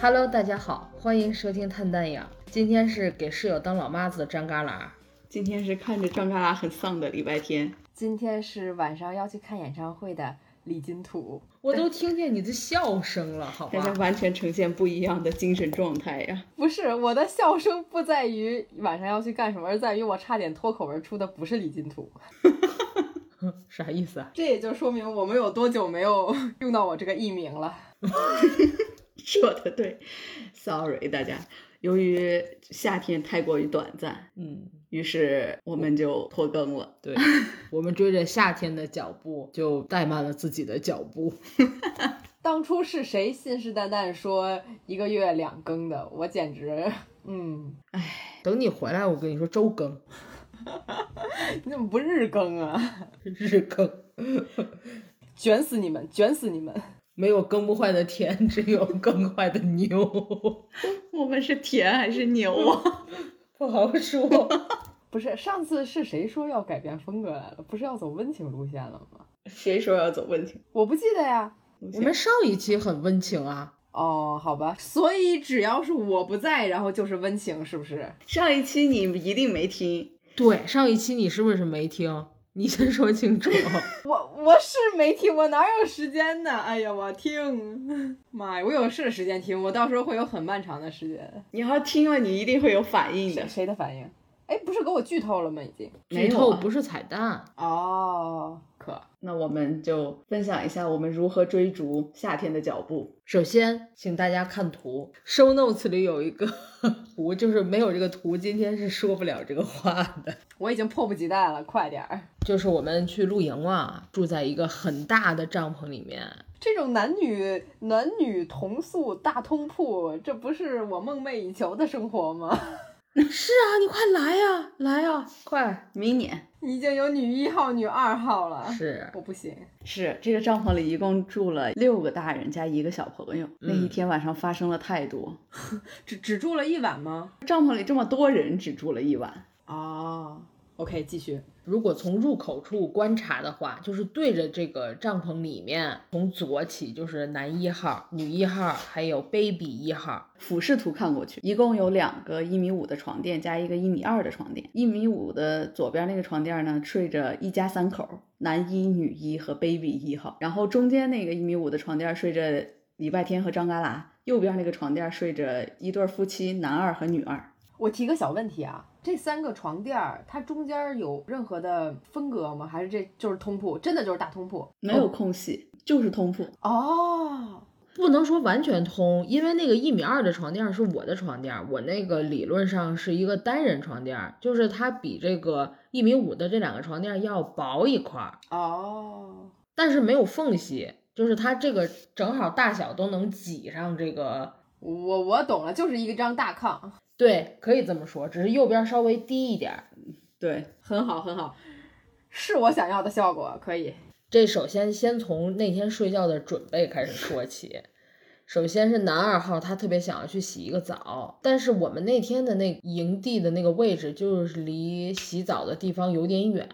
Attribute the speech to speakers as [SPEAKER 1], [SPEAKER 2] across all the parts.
[SPEAKER 1] Hello，大家好，欢迎收听探蛋养。今天是给室友当老妈子的张旮旯。
[SPEAKER 2] 今天是看着张嘎啦很丧的礼拜天，
[SPEAKER 3] 今天是晚上要去看演唱会的李金土，
[SPEAKER 1] 我都听见你的笑声了，好
[SPEAKER 2] 大家
[SPEAKER 1] 吧？
[SPEAKER 2] 完全呈现不一样的精神状态呀、
[SPEAKER 3] 不是我的笑声不在于晚上要去干什么，而在于我差点脱口而出的不是李金土。
[SPEAKER 1] 啥意思啊？
[SPEAKER 3] 这也就说明我们有多久没有 用到我这个艺名了。
[SPEAKER 2] 说的对，sorry 大家，由于夏天太过于短暂，
[SPEAKER 1] 嗯，
[SPEAKER 2] 于是我们就拖更了。
[SPEAKER 1] 对，我们追着夏天的脚步，就怠慢了自己的脚步。
[SPEAKER 3] 当初是谁信誓旦旦说一个月两更的？我简直，嗯，
[SPEAKER 1] 等你回来，我跟你说周更、
[SPEAKER 3] 你怎么不日更啊？
[SPEAKER 1] 日更，
[SPEAKER 3] 卷死你们，卷死你们！
[SPEAKER 1] 没有更不坏的天，只有更坏的牛。
[SPEAKER 2] 我们是甜还是牛啊？
[SPEAKER 1] 不好 说，
[SPEAKER 3] 不是上次是谁说要改变风格来了？不是要走温情路线了吗？
[SPEAKER 2] 谁说要走温情？
[SPEAKER 3] 我不记得呀。
[SPEAKER 1] 我们上一期很温情啊。
[SPEAKER 3] 哦，好吧，所以只要是我不在，然后就是温情，是不是？
[SPEAKER 2] 上一期你一定没听，
[SPEAKER 1] 对，上一期你是不是没听？你先说清 楚。
[SPEAKER 3] 我我是没听，我哪有时间呢？哎呀，我听， 妈呀，我有事时间听，我到时候会有很漫长的时间。
[SPEAKER 2] 你要听了，你一定会有反应的。
[SPEAKER 3] 谁的反应？哎，不是给我剧透了吗？已经。
[SPEAKER 2] 没
[SPEAKER 1] 剧
[SPEAKER 2] 有
[SPEAKER 1] 透
[SPEAKER 2] 啊
[SPEAKER 1] 不是彩蛋，
[SPEAKER 3] 哦，可
[SPEAKER 2] 那我们就分享一下我们如何追逐夏天的脚步。
[SPEAKER 1] 首先，请大家看图，show notes 里有一个 图，就是没有这个图，今天是说不了这个话的。
[SPEAKER 3] 我已经迫不及待了，快点儿！
[SPEAKER 1] 就是我们去露营啊，住在一个很大的帐篷里面，
[SPEAKER 3] 这种男女男女同宿大通铺，这不是我梦寐以求的生活吗？
[SPEAKER 1] 是啊，你快来呀、来呀、快！
[SPEAKER 2] 明年
[SPEAKER 3] 已经有女一号、女二号了，
[SPEAKER 1] 是
[SPEAKER 3] 我不行。
[SPEAKER 2] 是这个帐篷里一共住了六个大人加一个小朋友。那一天晚上发生了太多，
[SPEAKER 3] 只只住了一晚吗？
[SPEAKER 2] 帐篷里这么多人只住了一晚，
[SPEAKER 3] 哦，OK，继续。
[SPEAKER 1] 如果从入口处观察的话，就是对着这个帐篷里面，从左起就是男一号、女一号，还有 baby 一号，
[SPEAKER 2] 俯视图看过去，一共有两个一米五的床垫加一个一米二的床垫。一米五的左边那个床垫呢，睡着一家三口，男一、女一和 baby 一号。然后中间那个一米五的床垫睡着礼拜天和张嘎啦，右边那个床垫睡着一对夫妻，男二和女二。
[SPEAKER 3] 我提个小问题啊，这三个床垫儿，它中间儿有任何的分隔吗？还是这就是通铺？真的就是大通铺？
[SPEAKER 2] 没有空隙，就是通铺。
[SPEAKER 3] 哦，
[SPEAKER 1] 不能说完全通，因为那个一米二的床垫儿是我的床垫儿，我那个理论上是一个单人床垫儿，就是它比这个一米五的这两个床垫儿要薄一块儿，
[SPEAKER 3] 哦，
[SPEAKER 1] 但是没有缝隙，就是它这个正好大小都能挤上这个。
[SPEAKER 3] 我我懂了，就是一张大炕，
[SPEAKER 1] 对，可以这么说，只是右边稍微低一点儿。
[SPEAKER 2] 对，
[SPEAKER 3] 很好很好，是我想要的效果，可以。
[SPEAKER 1] 这首先先从那天睡觉的准备开始说起。首先是男二号，他特别想要去洗一个澡，但是我们那天的那营地的那个位置就是离洗澡的地方有点远，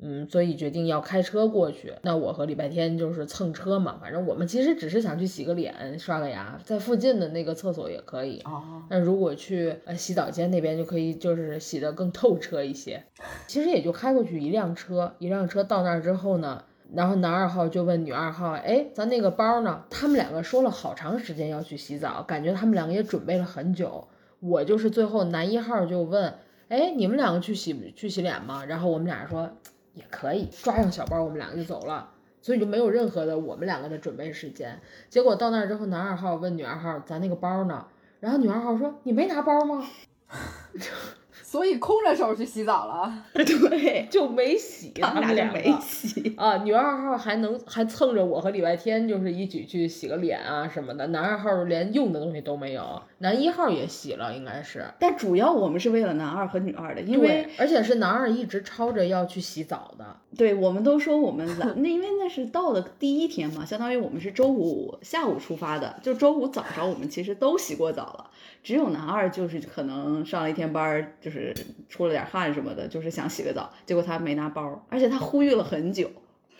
[SPEAKER 1] 嗯，所以决定要开车过去。那我和礼拜天就是蹭车嘛，反正我们其实只是想去洗个脸、刷个牙，在附近的那个厕所也可以。
[SPEAKER 3] 哦，
[SPEAKER 1] 那如果去呃洗澡间那边就可以，就是洗得更透彻一些。其实也就开过去一辆车，一辆车到那儿之后呢，然后男二号就问女二号，哎，咱那个包呢？他们两个说了好长时间要去洗澡，感觉他们两个也准备了很久。我就是最后男一号就问，哎，你们两个去洗去洗脸吗？然后我们俩说也可以，抓上小包，我们两个就走了。所以就没有任何的我们两个的准备时间。结果到那儿之后，男二号问女二号：“咱那个包呢？”然后女二号说：“你没拿包吗
[SPEAKER 3] 所以空着手去洗澡了。
[SPEAKER 2] 对？”，
[SPEAKER 1] 就没洗，
[SPEAKER 2] 他们俩
[SPEAKER 1] 两
[SPEAKER 2] 就
[SPEAKER 1] 个
[SPEAKER 2] 没洗。
[SPEAKER 1] 啊。女二号还能还蹭着我和礼拜天，就是一起去洗个脸啊什么的。男二号连用的东西都没有，男一号也洗了，应该是
[SPEAKER 2] 但主要我们是为了男二和女二的，因为
[SPEAKER 1] 对，而且是男二一直吵着要去洗澡的。
[SPEAKER 2] 对我们都说我们来，那因为那是到了第一天嘛，相当于我们是周五下午出发的，就周五早上我们其实都洗过澡了，只有男二就是可能上了一天班儿，就是出了点汗什么的，就是想洗个澡，结果他没拿包，而且他呼吁了很久，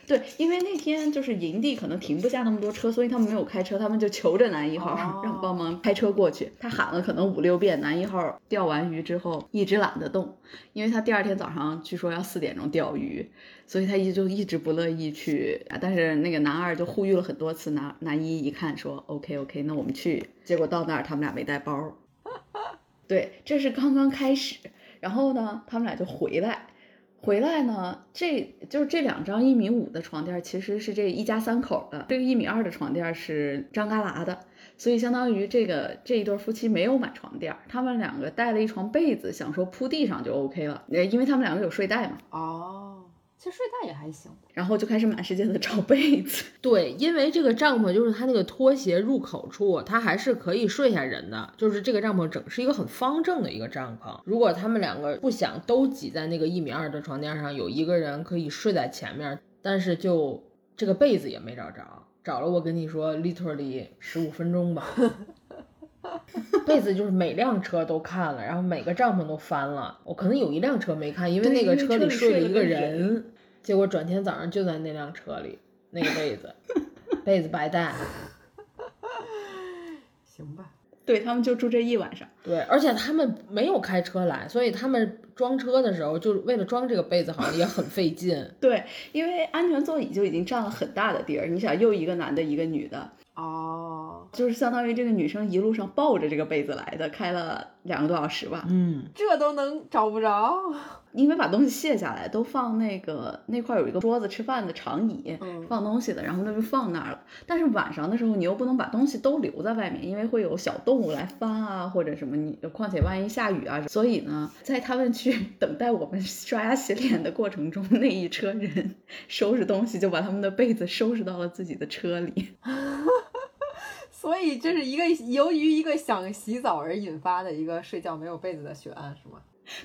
[SPEAKER 2] 对，因为那天就是营地可能停不下那么多车，所以他们没有开车，他们就求着男一号、
[SPEAKER 3] 哦
[SPEAKER 2] 让帮忙开车过去。他喊了可能五六遍，男一号钓完鱼之后一直懒得动，因为他第二天早上据说要四点钟钓鱼，所以他一就一直不乐意去。啊但是那个男二就呼吁了很多次，男男一一看说 OK OK，那我们去。结果到那儿 他们俩没带包，对，这是刚刚开始。然后呢，他们俩就回来，回来呢，这就是这两张一米五的床垫，其实是这一家三口的。这个一米二的床垫是张嘎啦的，所以相当于这个这一对夫妻没有买床垫，他们两个带了一床被子，想说铺地上就 OK 了，呃因为他们两个有睡袋嘛。
[SPEAKER 3] 哦，其实睡袋也还行。
[SPEAKER 2] 然后就开始满世界的找被子，
[SPEAKER 1] 对，因为这个帐篷就是它那个拖鞋入口处，它还是可以睡下人的。就是这个帐篷整是一个很方正的一个帐篷。如果他们两个不想都挤在那个一米二的床垫上，有一个人可以睡在前面，但是就这个被子也没找着，找了我跟你说，literally 十五分钟 吧。被子就是每辆车都看了，然后每个帐篷都翻了。我可能有一辆车没看，因为
[SPEAKER 2] 对
[SPEAKER 1] 那个车
[SPEAKER 2] 因为车
[SPEAKER 1] 里
[SPEAKER 2] 里
[SPEAKER 1] 睡
[SPEAKER 2] 睡
[SPEAKER 1] 了
[SPEAKER 2] 了
[SPEAKER 1] 一个
[SPEAKER 2] 个
[SPEAKER 1] 人，结果转天早上就在那辆车里，那个被子，被子白带。
[SPEAKER 3] 行吧，
[SPEAKER 2] 对他们就住这一晚上。
[SPEAKER 1] 对，而且他们没有开车来，所以他们装车的时候，就是为了装这个被子，好像也很费劲。
[SPEAKER 2] 对，因为安全座椅就已经占了很大的地儿，你想又一个男的，一个女的，
[SPEAKER 3] 哦，
[SPEAKER 2] 就是相当于这个女生一路上抱着这个被子来的，开了两个多小时吧。
[SPEAKER 1] 嗯，
[SPEAKER 3] 这都能找不着，
[SPEAKER 2] 因为把东西卸下来，都放那个那块儿有一个桌子吃饭的长椅，
[SPEAKER 3] 嗯
[SPEAKER 2] 放东西的，然后那就放那儿了。但是晚上的时候，你又不能把东西都留在外面，因为会有小动物来翻啊，或者什么你。况且万一下雨啊，所以呢，在他们去 等待我们刷牙洗脸的过程中，那一车人 收拾东西就把他们的被子收拾到了自己的车里。
[SPEAKER 3] 所以这是一个由于一个想洗澡而引发的一个睡觉没有被子的悬案，是吗？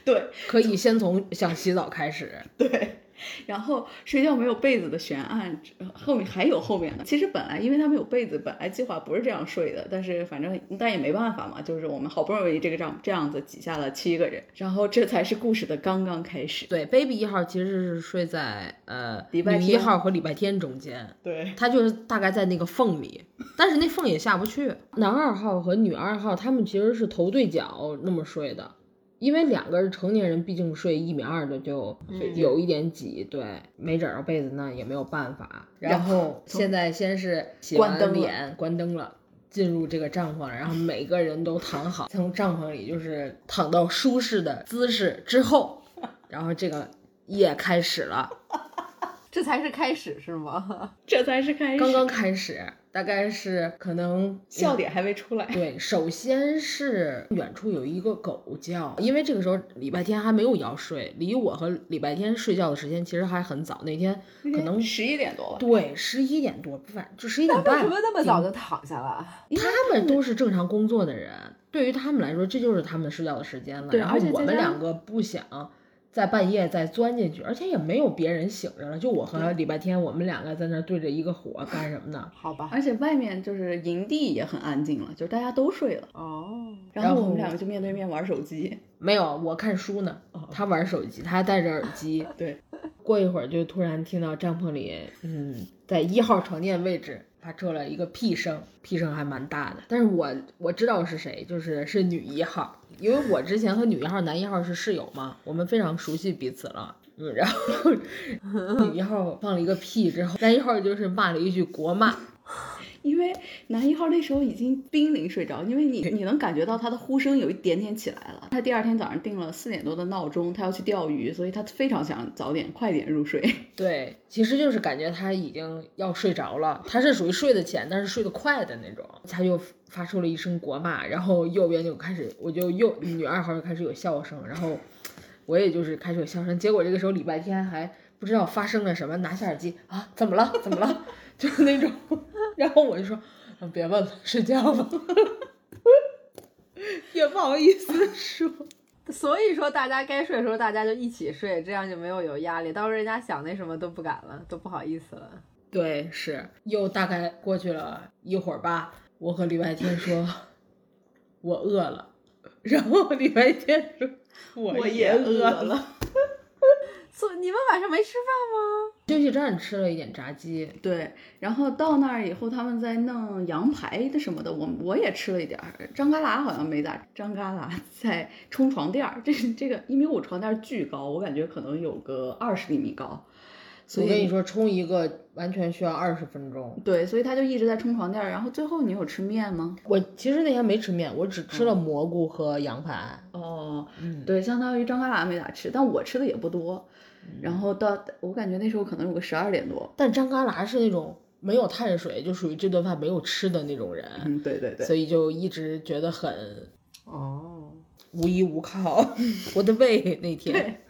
[SPEAKER 2] 对，
[SPEAKER 1] 可以先从想洗澡开始。
[SPEAKER 2] 对，然后睡觉没有被子的悬案呃后面还有后面呢。其实本来因为他们有被子，本来计划不是这样睡的，但是反正但也没办法嘛，就是我们好不容易这个账这样子挤下了七个人，然后这才是故事的刚刚开始。
[SPEAKER 1] 对，baby 一号其实是睡在呃
[SPEAKER 2] 礼拜
[SPEAKER 1] 女一
[SPEAKER 2] 天
[SPEAKER 1] 号和礼拜天中间，
[SPEAKER 2] 对，
[SPEAKER 1] 他就是大概在那个缝里，但是那缝也下不去。男二号和女二号他们其实是头对脚那么睡的，因为两个成年人毕竟睡一米二的就
[SPEAKER 3] 嗯
[SPEAKER 1] 有一点挤，对，没枕着被子那也没有办法。然
[SPEAKER 2] 然后
[SPEAKER 1] 后现在先是洗
[SPEAKER 2] 关
[SPEAKER 1] 完
[SPEAKER 2] 灯了
[SPEAKER 1] 脸，关灯了。进入这个帐篷，然后每个人都躺好，从帐篷里就是躺到舒适的姿势之后，然后这个夜开始了。
[SPEAKER 3] 这才是开始，是吗？
[SPEAKER 2] 这才是开始，
[SPEAKER 1] 刚刚开始，大概是可能
[SPEAKER 2] 笑点还没出来。
[SPEAKER 1] 对，首先是远处有一个狗叫，因为这个时候礼拜天还没有要睡，离我和礼拜天睡觉的时间其实还很早。那天嗯可能
[SPEAKER 2] 十一点多吧，
[SPEAKER 1] 对十一点多，不晚就十一点
[SPEAKER 3] 为
[SPEAKER 1] 半
[SPEAKER 3] 什。么那么嗯早就躺下了？
[SPEAKER 1] 他们都是正常工作的人，对于他们来说，这就是他们睡觉的时间了。
[SPEAKER 2] 对
[SPEAKER 1] 然后
[SPEAKER 2] 而且
[SPEAKER 1] 我
[SPEAKER 2] 再
[SPEAKER 1] 们
[SPEAKER 2] 加
[SPEAKER 1] 两
[SPEAKER 2] 上
[SPEAKER 1] 个不想在半夜再钻进去，而且也没有别人醒着了，就我和礼拜天，我们两个在那儿对着一个火干什么呢？
[SPEAKER 3] 好吧，
[SPEAKER 2] 而且外面就是营地也很安静了，就是大家都睡了，
[SPEAKER 3] 哦，
[SPEAKER 2] 然
[SPEAKER 1] 然
[SPEAKER 2] 后我
[SPEAKER 1] 后
[SPEAKER 2] 们两个就面对面玩手机。
[SPEAKER 1] 没有，我看书呢，他玩手机，他还戴着耳机。
[SPEAKER 2] 对，
[SPEAKER 1] 过一会儿就突然听到帐篷里，嗯，在一号床垫位置发出了一个屁声，屁声还蛮大的。但是我我知道是谁，就是是女一号，因为我之前和女一号、男一号是室友嘛，我们非常熟悉彼此了。嗯，然后 女一号放了一个屁之后，男一号就是骂了一句国骂，
[SPEAKER 2] 因为男一号那时候已经濒临睡着，因为你你能感觉到他的呼声有一点点起来了。他第二天早上定了四点多的闹钟，他要去钓鱼，所以他非常想早点快点入睡。
[SPEAKER 1] 对，其实就是感觉他已经要睡着了，他是属于睡得浅，但是睡得快的那种。他就发出了一声国骂，然后右边就开始，我就右女二号就开始有笑声，然后我也就是开始有笑声。结果这个时候礼拜天还不知道发生了什么，拿下耳机啊，怎么了？怎么了？ 就是那种，然后我就说，啊别问了，睡觉吧， 也不好意思说。
[SPEAKER 3] 所以说大家该睡的时候大家就一起睡，这样就没有有压力。到时候人家想那什么都不敢了，都不好意思了。
[SPEAKER 1] 对，是又大概过去了一会儿吧，我和礼拜天说，我饿了，然后礼拜天说，我也饿了，。
[SPEAKER 3] 所你们晚上没吃饭吗？
[SPEAKER 1] 休息站吃了一点炸鸡，
[SPEAKER 2] 对，然后到那儿以后，他们在弄羊排的什么的，我我也吃了一点儿。张嘎啦好像没咋，张嘎啦在冲床垫儿，这这个一米五床垫儿巨高，我感觉可能有个二十厘米高，所
[SPEAKER 1] 我跟你
[SPEAKER 2] 以
[SPEAKER 1] 说，冲一个完全需要二十分钟。
[SPEAKER 2] 对，所以他就一直在冲床垫儿。然后最后你有吃面吗？
[SPEAKER 1] 我其实那天没吃面，我只吃了蘑菇和羊排。
[SPEAKER 2] 哦，
[SPEAKER 1] 嗯，
[SPEAKER 2] 对，相当于张嘎啦没咋吃，但我吃的也不多。
[SPEAKER 1] 嗯
[SPEAKER 2] 然后到我感觉那时候可能有个十二点多，
[SPEAKER 1] 但张嘎啦是那种没有碳水，就属于这顿饭没有吃的那种人，
[SPEAKER 2] 嗯，对对对
[SPEAKER 1] 所，以就一直觉得很
[SPEAKER 3] 哦，
[SPEAKER 1] 无依无 靠。我的胃那天，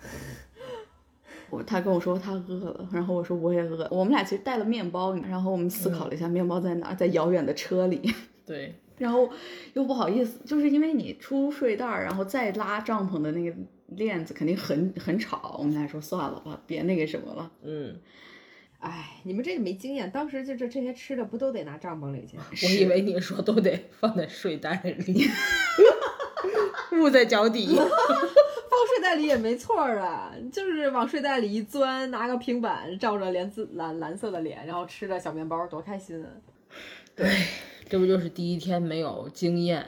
[SPEAKER 2] 我他跟我说他饿了，然后我说我也饿。我们俩其实带了面包，然后我们思
[SPEAKER 1] 嗯
[SPEAKER 2] 考了一下面包在哪儿，在遥远的车里，
[SPEAKER 1] 对，
[SPEAKER 2] 然后又不好意思，就是因为你出睡袋儿，然后再拉帐篷的那个链子肯定很很吵。我们俩说算了吧，别那个什么了。
[SPEAKER 1] 嗯，
[SPEAKER 3] 哎，你们这个没经验，当时就这这些吃的不都得拿帐篷里去？
[SPEAKER 1] 我以为你说都得放在睡袋里， 捂在脚 底。
[SPEAKER 3] 放睡袋里也没错儿啊，就是往睡袋里一钻，拿个平板照着蓝紫蓝蓝色的脸，然后吃着小面包，多开心啊！
[SPEAKER 1] 这不就是第一天没有经验？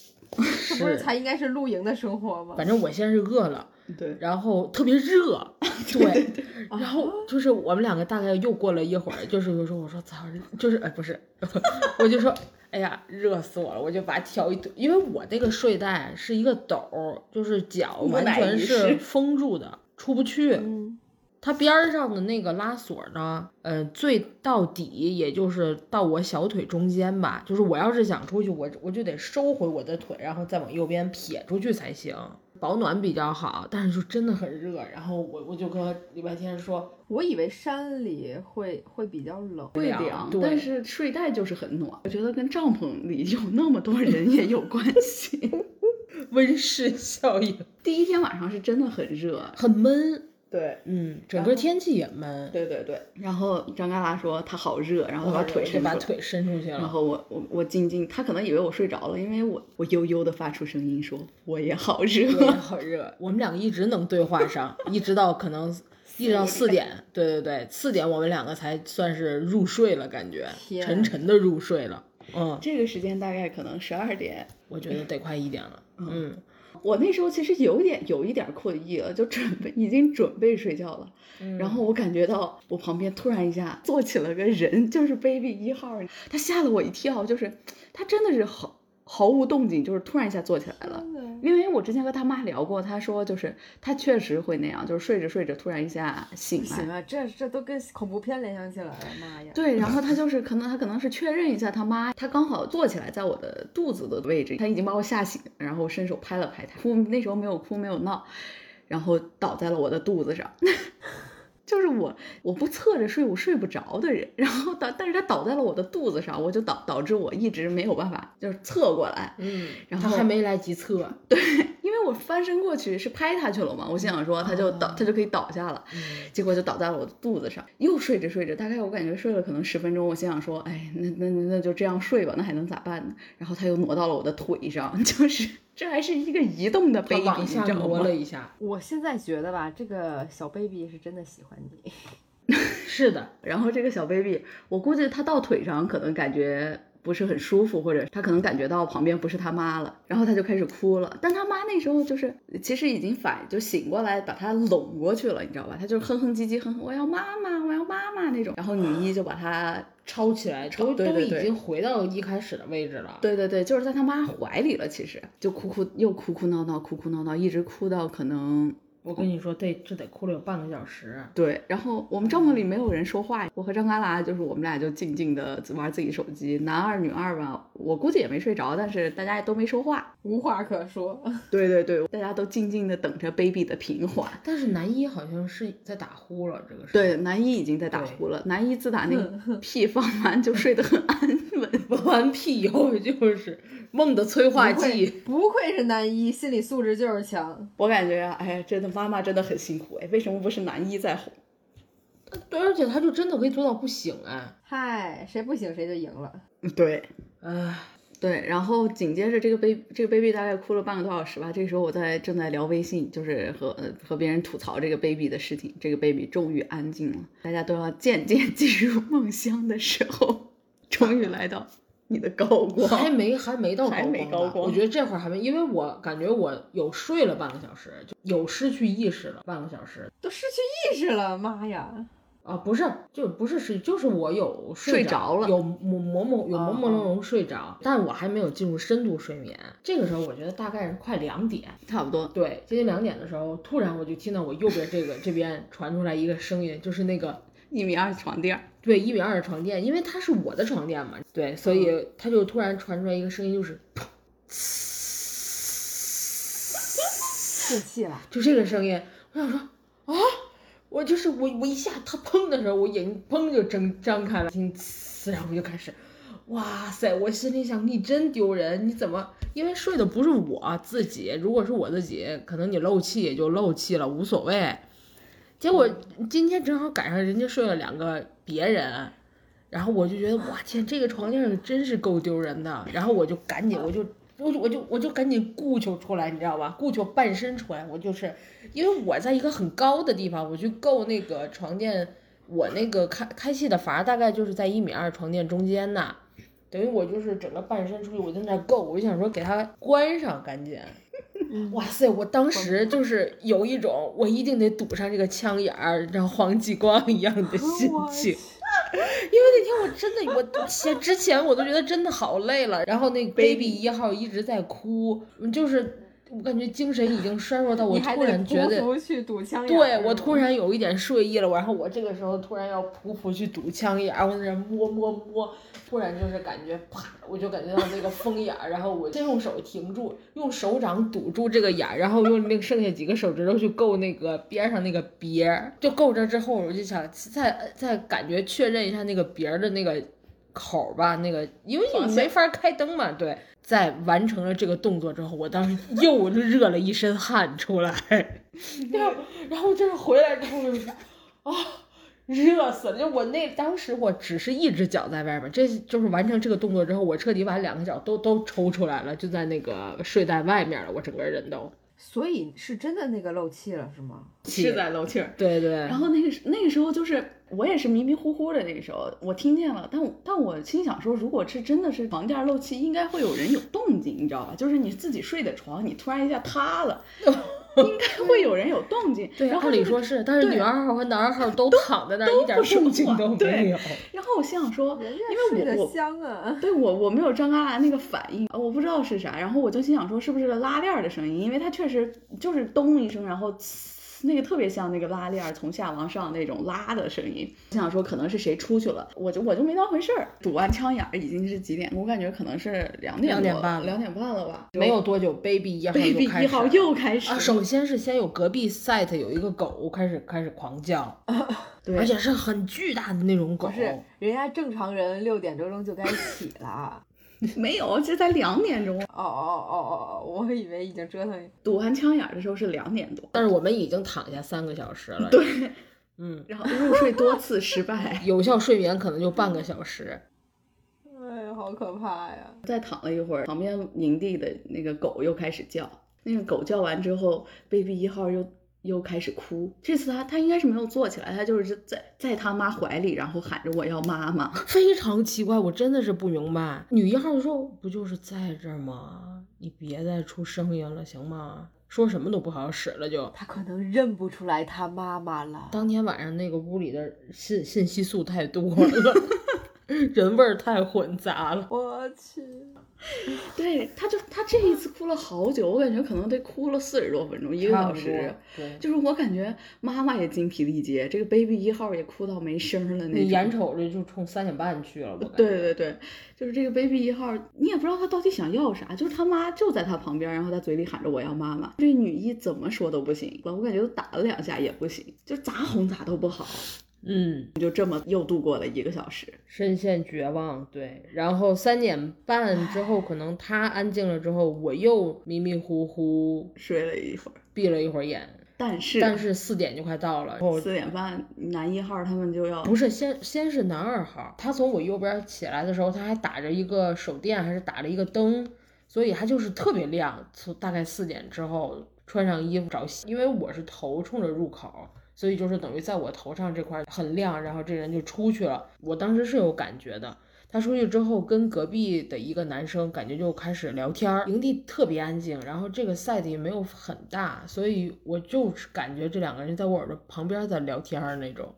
[SPEAKER 3] 这不是才应该是露营的生活吗？啊
[SPEAKER 1] 反正我先是饿了，
[SPEAKER 2] 对，
[SPEAKER 1] 然后特别 热，对，然后
[SPEAKER 3] 嗯
[SPEAKER 1] 就是我们两个大概又过了一会儿，就是我说我说操，就是哎不是， 我就说哎呀热死我了，我就把它挑一堆，因为我那个睡袋是一个斗儿，就是脚
[SPEAKER 2] 木
[SPEAKER 1] 完
[SPEAKER 2] 乃
[SPEAKER 1] 全
[SPEAKER 2] 伊
[SPEAKER 1] 是
[SPEAKER 2] 式
[SPEAKER 1] 封住的，出不去。
[SPEAKER 3] 嗯，
[SPEAKER 1] 它边儿上的那个拉锁呢，呃，最到底也就是到我小腿中间吧。就是我要是想出去，我我就得收回我的腿，然后再往右边撇出去才行。保暖比较好，但是就真的很热。然后我我就跟礼拜天说，
[SPEAKER 3] 我以为山里会会比较冷，
[SPEAKER 2] 会
[SPEAKER 1] 凉
[SPEAKER 2] 凉，
[SPEAKER 1] 对
[SPEAKER 2] 但是睡袋就是很暖。我觉得跟帐篷里有那么多人也有关系。
[SPEAKER 1] 温室效应
[SPEAKER 2] 第一天晚上是真的很热，
[SPEAKER 1] 很闷，
[SPEAKER 2] 对。
[SPEAKER 1] 嗯，整
[SPEAKER 2] 然
[SPEAKER 1] 个
[SPEAKER 2] 后
[SPEAKER 1] 天气也闷，
[SPEAKER 2] 对对对，然后张嘎啦说他好热，然后
[SPEAKER 1] 我
[SPEAKER 2] 他把
[SPEAKER 1] 把
[SPEAKER 2] 腿
[SPEAKER 1] 哦就
[SPEAKER 2] 伸出
[SPEAKER 1] 把
[SPEAKER 2] 来，
[SPEAKER 1] 腿伸出去
[SPEAKER 2] 然
[SPEAKER 1] 了。
[SPEAKER 2] 后我我我静静，他可能以为我睡着了，因为我我悠悠的发出声音说我也好
[SPEAKER 1] 我也
[SPEAKER 2] 热，
[SPEAKER 1] 好热，我们两个一直能对话上，一直到可能一直到四点，对对对，四点我们两个才算是入睡了，感觉
[SPEAKER 3] 天
[SPEAKER 1] 沉沉的入睡了。嗯，
[SPEAKER 2] 这个时间大概可能十二点。
[SPEAKER 1] 我觉得得快一点了。嗯
[SPEAKER 2] 我那时候其实有点有一点困意了，就准备已经准备睡觉了，
[SPEAKER 1] 嗯
[SPEAKER 2] 然后我感觉到我旁边突然一下坐起了个人，就是 baby 一号，他吓了我一跳，就是他真的是毫毫无动静，就是突然一下坐起来了。
[SPEAKER 3] 嗯
[SPEAKER 2] 因为我之前和他妈聊过，他说就是他确实会那样，就是睡着睡着突然一下醒
[SPEAKER 3] 不行
[SPEAKER 2] 来。
[SPEAKER 3] 啊，这这都跟恐怖片联想起来了，妈呀！
[SPEAKER 2] 对，然后他就是可能他可能是确认一下他妈，他刚好坐起来在我的肚子的位置，他已经把我吓醒，然后我伸手拍了拍他，哭那时候没有哭没有闹，然后倒在了我的肚子上。 就是我，我不侧着睡，我睡不着的人。然后倒，但是他倒在了我的肚子上，我就导导致我一直没有办法，就是侧过来，
[SPEAKER 1] 嗯，
[SPEAKER 2] 然
[SPEAKER 1] 他
[SPEAKER 2] 后
[SPEAKER 1] 还没来及测，
[SPEAKER 2] 因为我翻身过去是拍他去了嘛，我心想说他就
[SPEAKER 1] 哦
[SPEAKER 2] 倒，他就可以倒下了，
[SPEAKER 1] 嗯
[SPEAKER 2] 结果就倒在了我的肚子上。又睡着睡着，大概我感觉睡了可能十分钟，我心想说，哎，那那那那就这样睡吧，那还能咋办呢？然后他又挪到了我的腿上， 就是这还是一个移动的
[SPEAKER 1] 他
[SPEAKER 2] baby，
[SPEAKER 1] 往
[SPEAKER 2] 你知
[SPEAKER 1] 下
[SPEAKER 2] 道
[SPEAKER 1] 挪了
[SPEAKER 2] 吗？
[SPEAKER 1] 一下。
[SPEAKER 3] 我现在觉得吧，这个小 baby 是真的喜欢你，
[SPEAKER 1] 是的，
[SPEAKER 2] 然后这个小 baby，我估计他到腿上可能感觉。不是很舒服，或者他可能感觉到旁边不是他妈了，然后他就开始哭了。但他妈那时候就是其实已经反就醒过来，把他拢过去了，你知道吧？他就是哼哼唧唧哼哼，我要妈妈，我要妈妈那种。然后女一就把他，
[SPEAKER 1] 抄起来
[SPEAKER 2] 抄
[SPEAKER 1] 都
[SPEAKER 2] 对
[SPEAKER 1] 都
[SPEAKER 2] 对
[SPEAKER 1] 已
[SPEAKER 2] 对
[SPEAKER 1] 经回到一开始的位置了。
[SPEAKER 2] 对对对，就是在他妈怀里了，其实就哭哭又哭哭闹闹，哭哭闹闹，一直哭到可能
[SPEAKER 1] 我跟你说，对，这得哭了有半个小时。
[SPEAKER 2] 对，然后我们帐篷里没有人说话，我和张嘎啦就是我们俩就静静的玩自己手机，男二女二吧，我估计也没睡着，但是大家也都没说话。
[SPEAKER 3] 无话可说。
[SPEAKER 2] 对对对，大家都静静的等着 baby 的平缓。
[SPEAKER 1] 但是男一好像是在打呼了，这个是
[SPEAKER 2] 对，男一已经在打呼了。男一自打那个屁放完就睡得很安稳。
[SPEAKER 1] 闻 完屁以后就是梦的催化
[SPEAKER 3] 不愧
[SPEAKER 1] 剂。
[SPEAKER 3] 不愧是男一，心理素质就是强。
[SPEAKER 2] 我感觉啊，哎呀，真的妈妈真的很辛苦哎，为什么不是男一在哄？
[SPEAKER 1] 对，而且他就真的可以做到不醒哎、
[SPEAKER 3] 嗨，谁不行谁就赢了。
[SPEAKER 2] 对，
[SPEAKER 1] 唉，
[SPEAKER 2] 对，然后紧接着这个 baby 这个 baby 大概哭了半个多小时吧。这时候我在正在聊微信，就是和呃和别人吐槽这个 baby 的事情。这个 baby 终于安静了，大家都要渐渐 进入梦乡的时候，终于来到你的高光。
[SPEAKER 1] 还没还没到
[SPEAKER 2] 还
[SPEAKER 1] 光
[SPEAKER 2] 没
[SPEAKER 1] 吧
[SPEAKER 2] 高光
[SPEAKER 1] 我觉得这会儿还没，因为我感觉我有睡了半个小时，就有失去意识了半个小时
[SPEAKER 3] 都失去意识了，妈呀！
[SPEAKER 1] 啊，不是，就不是失，就是我有
[SPEAKER 2] 睡
[SPEAKER 1] 着
[SPEAKER 2] 着了
[SPEAKER 1] 有模模模有
[SPEAKER 3] 哦
[SPEAKER 1] 朦朦胧胧睡着，但我还没有进入深度睡眠。这个时候我觉得大概是快两点，
[SPEAKER 2] 差不多，
[SPEAKER 1] 对，接近两点的时候，突然我就听到我右边这个这边传出来一个声音，就是那个
[SPEAKER 2] 一米二的床垫儿，
[SPEAKER 1] 对一米二的床垫，因为它是我的床垫嘛，对，所以它就突然传出来一个声音，就是砰
[SPEAKER 3] 泄气了，
[SPEAKER 1] 就这个声音，我想说啊，我就是我我一下它砰的时候，我眼睛砰就睁张开了，听呲，然后我就开始。哇塞！我心里想，你真丢人！你怎么？因为睡的不是我自己，如果是我自己，可能你漏气也就漏气了，无所谓。结果今天正好赶上人家睡了两个别人，然后我就觉得哇天，这个床垫儿真是够丢人的。然后我就赶紧，我就我就我就我就赶紧顾求出来，你知道吧？顾求半身出来，我就是因为我在一个很高的地方，我去够那个床垫，我那个开开戏的阀大概就是在一米二床垫中间呐。等于我就是整个半身出去，我在那儿够，我就想说给它关上，赶紧。哇塞！我当时就是有一种我一定得堵上这个枪眼儿，让黄继光一样的心情。因为那天我真的，我前之前我都觉得真的好累了，然后那个 baby 一号一直在哭，就是我感觉精神已经衰弱到我
[SPEAKER 3] 你还
[SPEAKER 1] 突
[SPEAKER 3] 得
[SPEAKER 1] 然觉得
[SPEAKER 3] 匍匐去堵枪眼儿啊
[SPEAKER 1] 对
[SPEAKER 3] 是
[SPEAKER 1] 我
[SPEAKER 3] 吗
[SPEAKER 1] 突然有一点睡意了，然后我这个时候突然要匍匐去堵枪眼儿，我在那摸摸摸，突然就是感觉啪，我就感觉到那个风眼儿，然后我先用手停住，用手掌堵住这个眼儿，然后用那个剩下几个手指头去够那个边儿上那个别儿，就够着之后，我就想再再感觉确认一下那个别儿的那个口儿吧，那个因为你没法开灯嘛，对。在完成了这个动作之后，我当时又热了一身汗出来。然后，然后就是回来之后就是啊，热死了！就我那当时我只是一只脚在外面，这就是完成这个动作之后，我彻底把两个脚都都抽出来了，就在那个睡袋外面了，我整个人都
[SPEAKER 3] 所以是真的那个漏气了是吗？
[SPEAKER 2] 是在漏气儿。
[SPEAKER 1] 对对
[SPEAKER 2] 然后那个时那个时候就是我也是迷迷糊糊的，那个时候我听见了，但我但我心想说，如果是真的是床垫漏气，应该会有人有动静，你知道吧？就是你自己睡的床，你突然一下塌 了，应该会有人有动静。
[SPEAKER 1] 对，
[SPEAKER 2] 然后
[SPEAKER 1] 按理
[SPEAKER 2] 这个
[SPEAKER 1] 说是，但是
[SPEAKER 2] 对
[SPEAKER 1] 女二号和男二号都躺在那
[SPEAKER 2] 都
[SPEAKER 1] 儿，一点
[SPEAKER 2] 不说
[SPEAKER 1] 动静
[SPEAKER 2] 话
[SPEAKER 1] 都
[SPEAKER 2] 对
[SPEAKER 1] 没有。
[SPEAKER 2] 然后我心想说，
[SPEAKER 3] 人
[SPEAKER 2] 因为
[SPEAKER 3] 家睡
[SPEAKER 2] 我
[SPEAKER 3] 得
[SPEAKER 2] 我
[SPEAKER 3] 香啊，
[SPEAKER 2] 对我我没有张嘎嘎那个反应，呃我不知道是啥，然后我就心想说是不是拉链儿的声音，因为它确实就是咚一声，然后呲那个特别像那个拉链儿从下往上那种拉的声音，我想说可能是谁出去了，我就我就没当回事儿。堵完枪眼儿已经是几点？我感觉可能是两
[SPEAKER 1] 两
[SPEAKER 2] 点多
[SPEAKER 1] 点半了
[SPEAKER 2] 两点半了吧。
[SPEAKER 1] 没有多久，baby 一号就
[SPEAKER 2] baby
[SPEAKER 1] 开
[SPEAKER 2] 一号
[SPEAKER 1] 始了
[SPEAKER 2] 又开始
[SPEAKER 1] 啊，
[SPEAKER 2] 了，
[SPEAKER 1] 首先是先有隔壁 set 有一个狗开始开始狂 叫，
[SPEAKER 2] 对
[SPEAKER 1] 而且是很巨大的那种狗
[SPEAKER 3] 不，是，人家正常人六点多钟就该起了。
[SPEAKER 2] 没有，这才两点钟。
[SPEAKER 3] 哦哦哦哦哦，我以为已经折腾。
[SPEAKER 2] 堵完枪眼儿的时候是两点多，
[SPEAKER 1] 但是我们已经躺下三个小时了，
[SPEAKER 2] 对，
[SPEAKER 1] 嗯，
[SPEAKER 2] 然后入睡多次失败。
[SPEAKER 1] 有效睡眠可能就半个小时。
[SPEAKER 3] 哎呀，好可怕呀！
[SPEAKER 2] 再躺了一会儿，旁边营地的那个狗又开始叫。那个狗叫完之后，baby 一号又又开始哭。这次它它应该是没有坐起来，它就是在在它妈怀里，然后喊着我要妈妈。
[SPEAKER 1] 非常奇怪，我真的是不明白。女一号说：“不就是在这儿吗？你别再出声音了，行吗？”说什么都不好使了就。
[SPEAKER 3] 他可能认不出来他妈妈了。
[SPEAKER 1] 当天晚上那个屋里的信信息素太多了， 人味儿太混杂了。
[SPEAKER 3] 我去，
[SPEAKER 2] 对，它就它这一次哭了好久，我感觉可能得哭了四十多分钟，一个小时。
[SPEAKER 1] 对，
[SPEAKER 2] 就是我感觉妈妈也精疲力竭，这个 baby 一号也哭到没声儿了那种。
[SPEAKER 1] 你眼瞅着就冲三点半去了，我感觉。
[SPEAKER 2] 对对对，就是这个 baby 一号，你也不知道他到底想要啥，就是他妈就在他旁边，然后他嘴里喊着我要妈妈。这女一怎么说都不行，我感觉都打了两下也不行，就咋哄咋都不好，
[SPEAKER 1] 嗯，
[SPEAKER 2] 就这么又度过了一个小时。
[SPEAKER 1] 深陷绝望，对。然后三点半之后，可能他安静了之后，我又迷迷糊糊
[SPEAKER 2] 睡了一会儿，
[SPEAKER 1] 闭了一会儿眼。
[SPEAKER 2] 但是哦
[SPEAKER 1] 但是四点就快到了，然后
[SPEAKER 2] 四点半男一号他们就要
[SPEAKER 1] 不是先先是男二号，他从我右边起来的时候，他还打着一个手电，还是打着一个灯，所以他就是特别亮。从大概四点之后穿上衣服找戏，因为我是头冲着入口，所以就是等于在我头上这块很亮，然后这人就出去了。我当时是有感觉的。他出去之后，跟隔壁的一个男生感觉就开始聊天儿，营地特别安静，然后这个赛 e 也没有很大，所以我就是感觉这两个人在我耳朵旁边在聊天儿那种。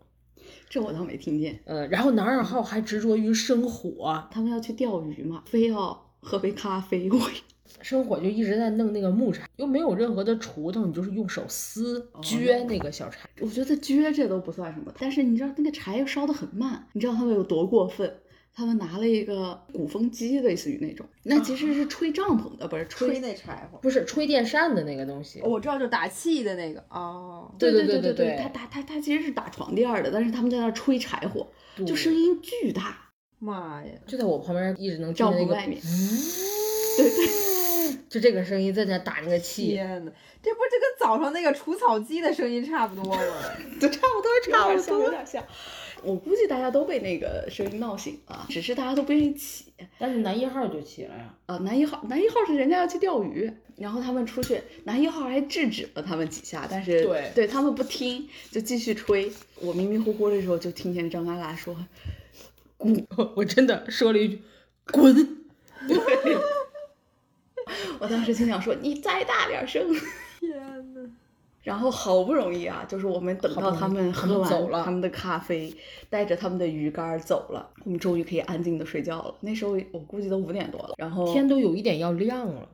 [SPEAKER 2] 这我倒没听见。
[SPEAKER 1] 呃，然后男二号还执着于生火，
[SPEAKER 2] 他们要去钓鱼嘛，非要喝杯咖啡。我
[SPEAKER 1] 生火就一直在弄那个木柴，又没有任何的锄头，你就是用手撕
[SPEAKER 2] 哦
[SPEAKER 1] 撅那个小柴。
[SPEAKER 2] 我觉得撅这都不算什么，但是你知道那个柴又烧得很慢，你知道他们有多过分？他们拿了一个鼓风机，类似于那种，那其实是吹帐篷的，不是
[SPEAKER 3] 吹那柴火。
[SPEAKER 1] 不是吹电扇的那个东西，
[SPEAKER 3] 我知道，就打气的那个哦，
[SPEAKER 1] 对
[SPEAKER 2] 哦对
[SPEAKER 1] 对
[SPEAKER 2] 对
[SPEAKER 1] 对
[SPEAKER 2] 他打他他其实是打床垫儿的，但是他们在那儿吹柴火，就声音巨大，
[SPEAKER 3] 妈呀！
[SPEAKER 1] 就在我旁边一直能听
[SPEAKER 2] 帐
[SPEAKER 1] 见那
[SPEAKER 2] 篷
[SPEAKER 1] 个
[SPEAKER 2] 外，面。对对，
[SPEAKER 1] 就这个声音在那打那个气，
[SPEAKER 3] 天呐，这不就跟早上那个除草机的声音差不多吗？
[SPEAKER 2] 都差不多， 差不多，有点像。我估计大家都被那个声音闹醒了，只是大家都不愿意起。
[SPEAKER 1] 但是男一号就起来了。
[SPEAKER 2] 啊，男一号，男一号是人家要去钓鱼，然后他们出去，男一号还制止了他们几下，但是
[SPEAKER 1] 对
[SPEAKER 2] 他们不听，就继续吹。我迷迷糊糊的时候就听见张嘎啦说，
[SPEAKER 1] 我真的说了 一句“ 滚
[SPEAKER 2] 我当时心想说你再大点声。
[SPEAKER 3] 天呐，
[SPEAKER 2] 然后好不容易啊，就是我们等
[SPEAKER 1] 好
[SPEAKER 2] 到
[SPEAKER 1] 不容易
[SPEAKER 2] 他们
[SPEAKER 1] 他
[SPEAKER 2] 喝
[SPEAKER 1] 们
[SPEAKER 2] 完
[SPEAKER 1] 走了
[SPEAKER 2] 他们的咖啡，带着他们的鱼竿儿走了，我们终于可以安静的睡觉了。那时候我估计都五点多了，然”，后
[SPEAKER 1] 天都有一点要亮了。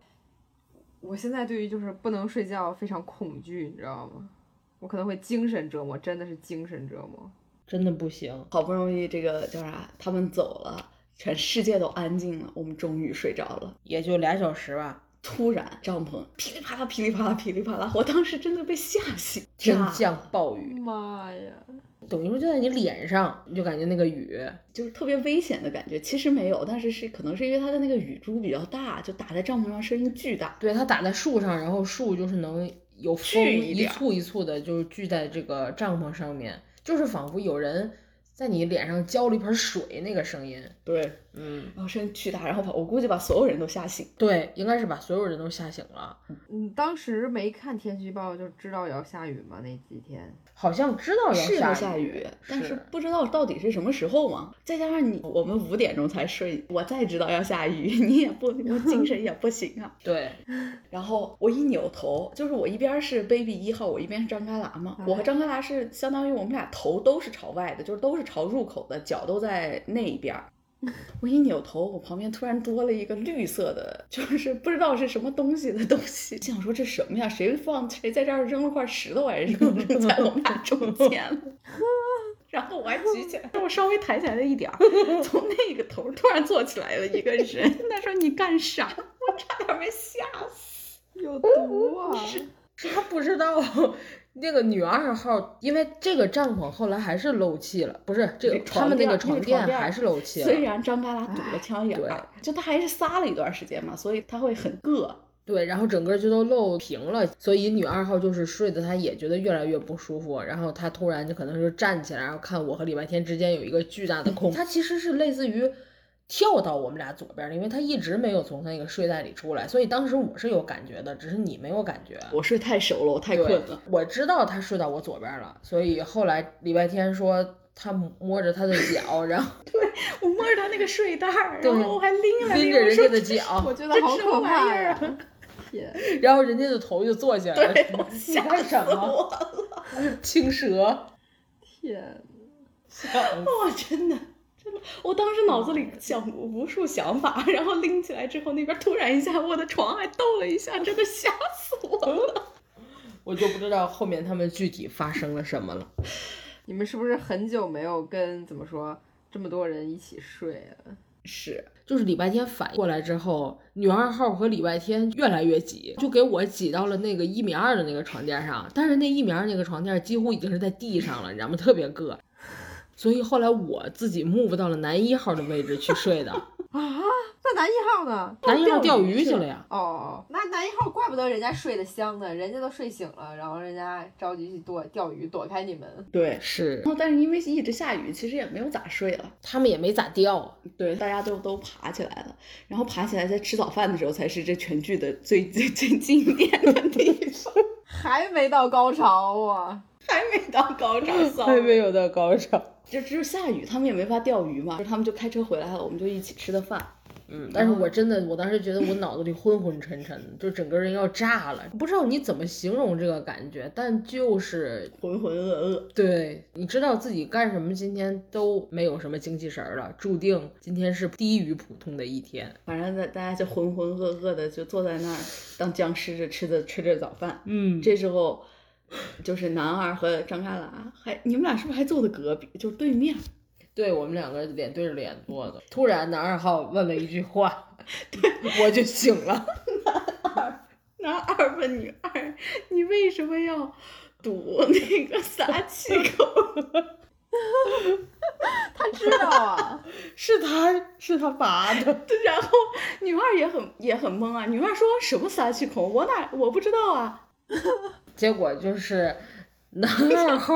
[SPEAKER 3] 我现在对于就是不能睡觉非常恐惧，你知道吗？我可能会精神折磨，真的是精神折磨。
[SPEAKER 1] 真的不行，
[SPEAKER 2] 好不容易这个叫啥，他们走了，全世界都安静了，我们终于睡着了。
[SPEAKER 1] 也就俩小时吧，
[SPEAKER 2] 突然帐篷噼里啪啦、噼里啪啦、噼里啪啦，我当时真的被吓醒，
[SPEAKER 1] 真
[SPEAKER 2] 炸
[SPEAKER 1] 降暴雨，
[SPEAKER 3] 妈呀！
[SPEAKER 1] 等于说就在你脸上，你就感觉那个雨。
[SPEAKER 2] 就是特别危险的感觉。其实没有，但是是可能是因为它的那个雨珠比较大，就打在帐篷上声音巨大。
[SPEAKER 1] 对，它打在树上，然后树就是能有风
[SPEAKER 2] 聚一
[SPEAKER 1] 一
[SPEAKER 2] 点儿
[SPEAKER 1] 簇一簇的，就是聚在这个帐篷上面，就是仿佛有人在你脸上浇了一盆水那个声音。
[SPEAKER 2] 对，
[SPEAKER 1] 嗯，
[SPEAKER 2] 然后声音巨大，然后把我估计把所有人都吓醒。
[SPEAKER 1] 对，应该是把所有人都吓醒了，
[SPEAKER 3] 你嗯当时没看天气预报就知道也要下雨吗？那几天
[SPEAKER 1] 好像知道要
[SPEAKER 2] 是
[SPEAKER 1] 下
[SPEAKER 2] 会
[SPEAKER 1] 雨，
[SPEAKER 2] 下雨，但是
[SPEAKER 1] 是
[SPEAKER 2] 不知道到底是什么时候嘛。再加上你，我们五点钟才睡，我再知道要下雨，你也不，我精神也不行啊。
[SPEAKER 1] 对，
[SPEAKER 2] 然后我一扭头，就是我一边是 baby 一号，我一边是张嘎啦嘛。
[SPEAKER 3] 嗯
[SPEAKER 2] 我和张嘎啦是相当于我们俩头都是朝外的，就是都是朝入口的，脚都在那一边 儿。我一扭头，我旁边突然多了一个绿色的，就是不知道是什么东西的东西。 想说这什么呀？谁放谁在这儿扔了块石头啊还是 什么扔在我们俩中间了？ 然后我还举起来， 我稍微抬起来了一点儿，从那个头突然坐起来了一个人， 他说你干啥？ 我差点没吓死。
[SPEAKER 3] 有毒啊！
[SPEAKER 1] 他不知道那个女二号，因为这个帐篷后来还是漏气了，不是这个
[SPEAKER 2] 那
[SPEAKER 1] 他们那
[SPEAKER 2] 床
[SPEAKER 1] 个
[SPEAKER 2] 垫
[SPEAKER 1] 垫
[SPEAKER 2] 那个床垫
[SPEAKER 1] 还是漏气
[SPEAKER 2] 虽
[SPEAKER 1] 了，
[SPEAKER 2] 然张嘎啦堵了枪眼
[SPEAKER 1] 对嗯
[SPEAKER 2] 儿，就他还是撒了一段时间嘛，所以他会很硌。
[SPEAKER 1] 对，然后整个就都漏平了，所以女二号就是睡的，她也觉得越来越不舒服，然后她突然就可能就站起来，然后看我和礼拜天之间有一个巨大的嗯空，她其实是类似于。跳到我们俩左边儿，因为她一直没有从那个睡袋里出来，所以当时我是有感觉的，只是你没有感觉。
[SPEAKER 2] 我睡太熟了，我太
[SPEAKER 1] 对，
[SPEAKER 2] 困了。
[SPEAKER 1] 我知道他睡到我左边了，所以后来礼拜天说他摸着他的脚，然后
[SPEAKER 2] 我摸着他那个睡袋儿，
[SPEAKER 1] 对
[SPEAKER 2] 然后我还拎了
[SPEAKER 1] 拎
[SPEAKER 2] 拎
[SPEAKER 1] 着人家
[SPEAKER 2] 我
[SPEAKER 1] 的
[SPEAKER 2] 说
[SPEAKER 1] 脚
[SPEAKER 3] 我，觉得好可怕呀、
[SPEAKER 2] 这什
[SPEAKER 3] 啊 天，
[SPEAKER 1] 然后人家的头就坐起来了。
[SPEAKER 2] 对，我
[SPEAKER 1] 你
[SPEAKER 2] 吓
[SPEAKER 1] 干
[SPEAKER 2] 死
[SPEAKER 1] 什么？
[SPEAKER 2] 我了！
[SPEAKER 1] 啊 青蛇。
[SPEAKER 3] 天，
[SPEAKER 2] 我真的。真的，我当时脑子里想无数想法，然后拎起来之后，那边突然一下，我的床还抖了一下，真的吓死我了。
[SPEAKER 1] 我就不知道后面他们具体发生了什么了。
[SPEAKER 3] 你们是不是很久没有跟怎么说这么多人一起睡了？
[SPEAKER 2] 是，
[SPEAKER 1] 就是礼拜天反应过来之后，女二号和礼拜天越来越挤，就给我挤到了那个一米二的那个床垫上。但是那一米二那个床垫几乎已经是在地上了，你知 道吗？特别硌。所以后来我自己 move 到了男一号的位置去睡的。
[SPEAKER 3] 啊，那男一号呢？
[SPEAKER 1] 男一号钓
[SPEAKER 2] 鱼
[SPEAKER 1] 鱼
[SPEAKER 2] 去
[SPEAKER 1] 去
[SPEAKER 2] 了
[SPEAKER 1] 了呀。
[SPEAKER 3] 哦，那男一号怪不得人家睡得香呢，人家都睡醒了，然后人家着急去躲钓鱼，躲开你们。
[SPEAKER 2] 对。
[SPEAKER 1] 是
[SPEAKER 2] 然，后，但是因为一直下雨，其实也没有咋睡了。
[SPEAKER 1] 他们也没咋钓 啊。
[SPEAKER 2] 对，大家都都爬起来了，然后爬起来在吃早饭的时候，才是这全剧的最最最经典的地方，
[SPEAKER 3] 还没到高潮啊！
[SPEAKER 2] 还没到高潮，
[SPEAKER 1] 还
[SPEAKER 2] sorry
[SPEAKER 1] 没有到高潮。
[SPEAKER 2] 就只有下雨，他们也没法钓鱼嘛，就他们就开车回来了，我们就一起吃的饭。
[SPEAKER 1] 嗯，但是我真的，我当时觉得我脑子里昏昏沉沉的，就整个人要炸了，不知道你怎么形容这个感觉，但就是
[SPEAKER 2] 浑浑噩噩，
[SPEAKER 1] 对，你知道自己干什么今天都没有什么精气神儿了，注定今天是低于普通的一天。
[SPEAKER 2] 反正大大家就浑浑噩噩的就坐在那儿当僵尸着吃着吃着早饭。
[SPEAKER 1] 嗯
[SPEAKER 2] 这时候，就是男二和张旮旯还你们俩是不是还坐的隔壁，就是对面？
[SPEAKER 1] 对我们两个脸对着脸坐的，突然男二号问了一句 话，我就醒了。
[SPEAKER 2] 男二问女二：“你为什么要堵那个撒气口
[SPEAKER 3] 他知道啊，
[SPEAKER 1] 是他是他拔的，？”
[SPEAKER 2] 然后女二也很也很懵啊，女二说什么撒气孔？我哪我不知道啊。
[SPEAKER 1] 结果就是男二号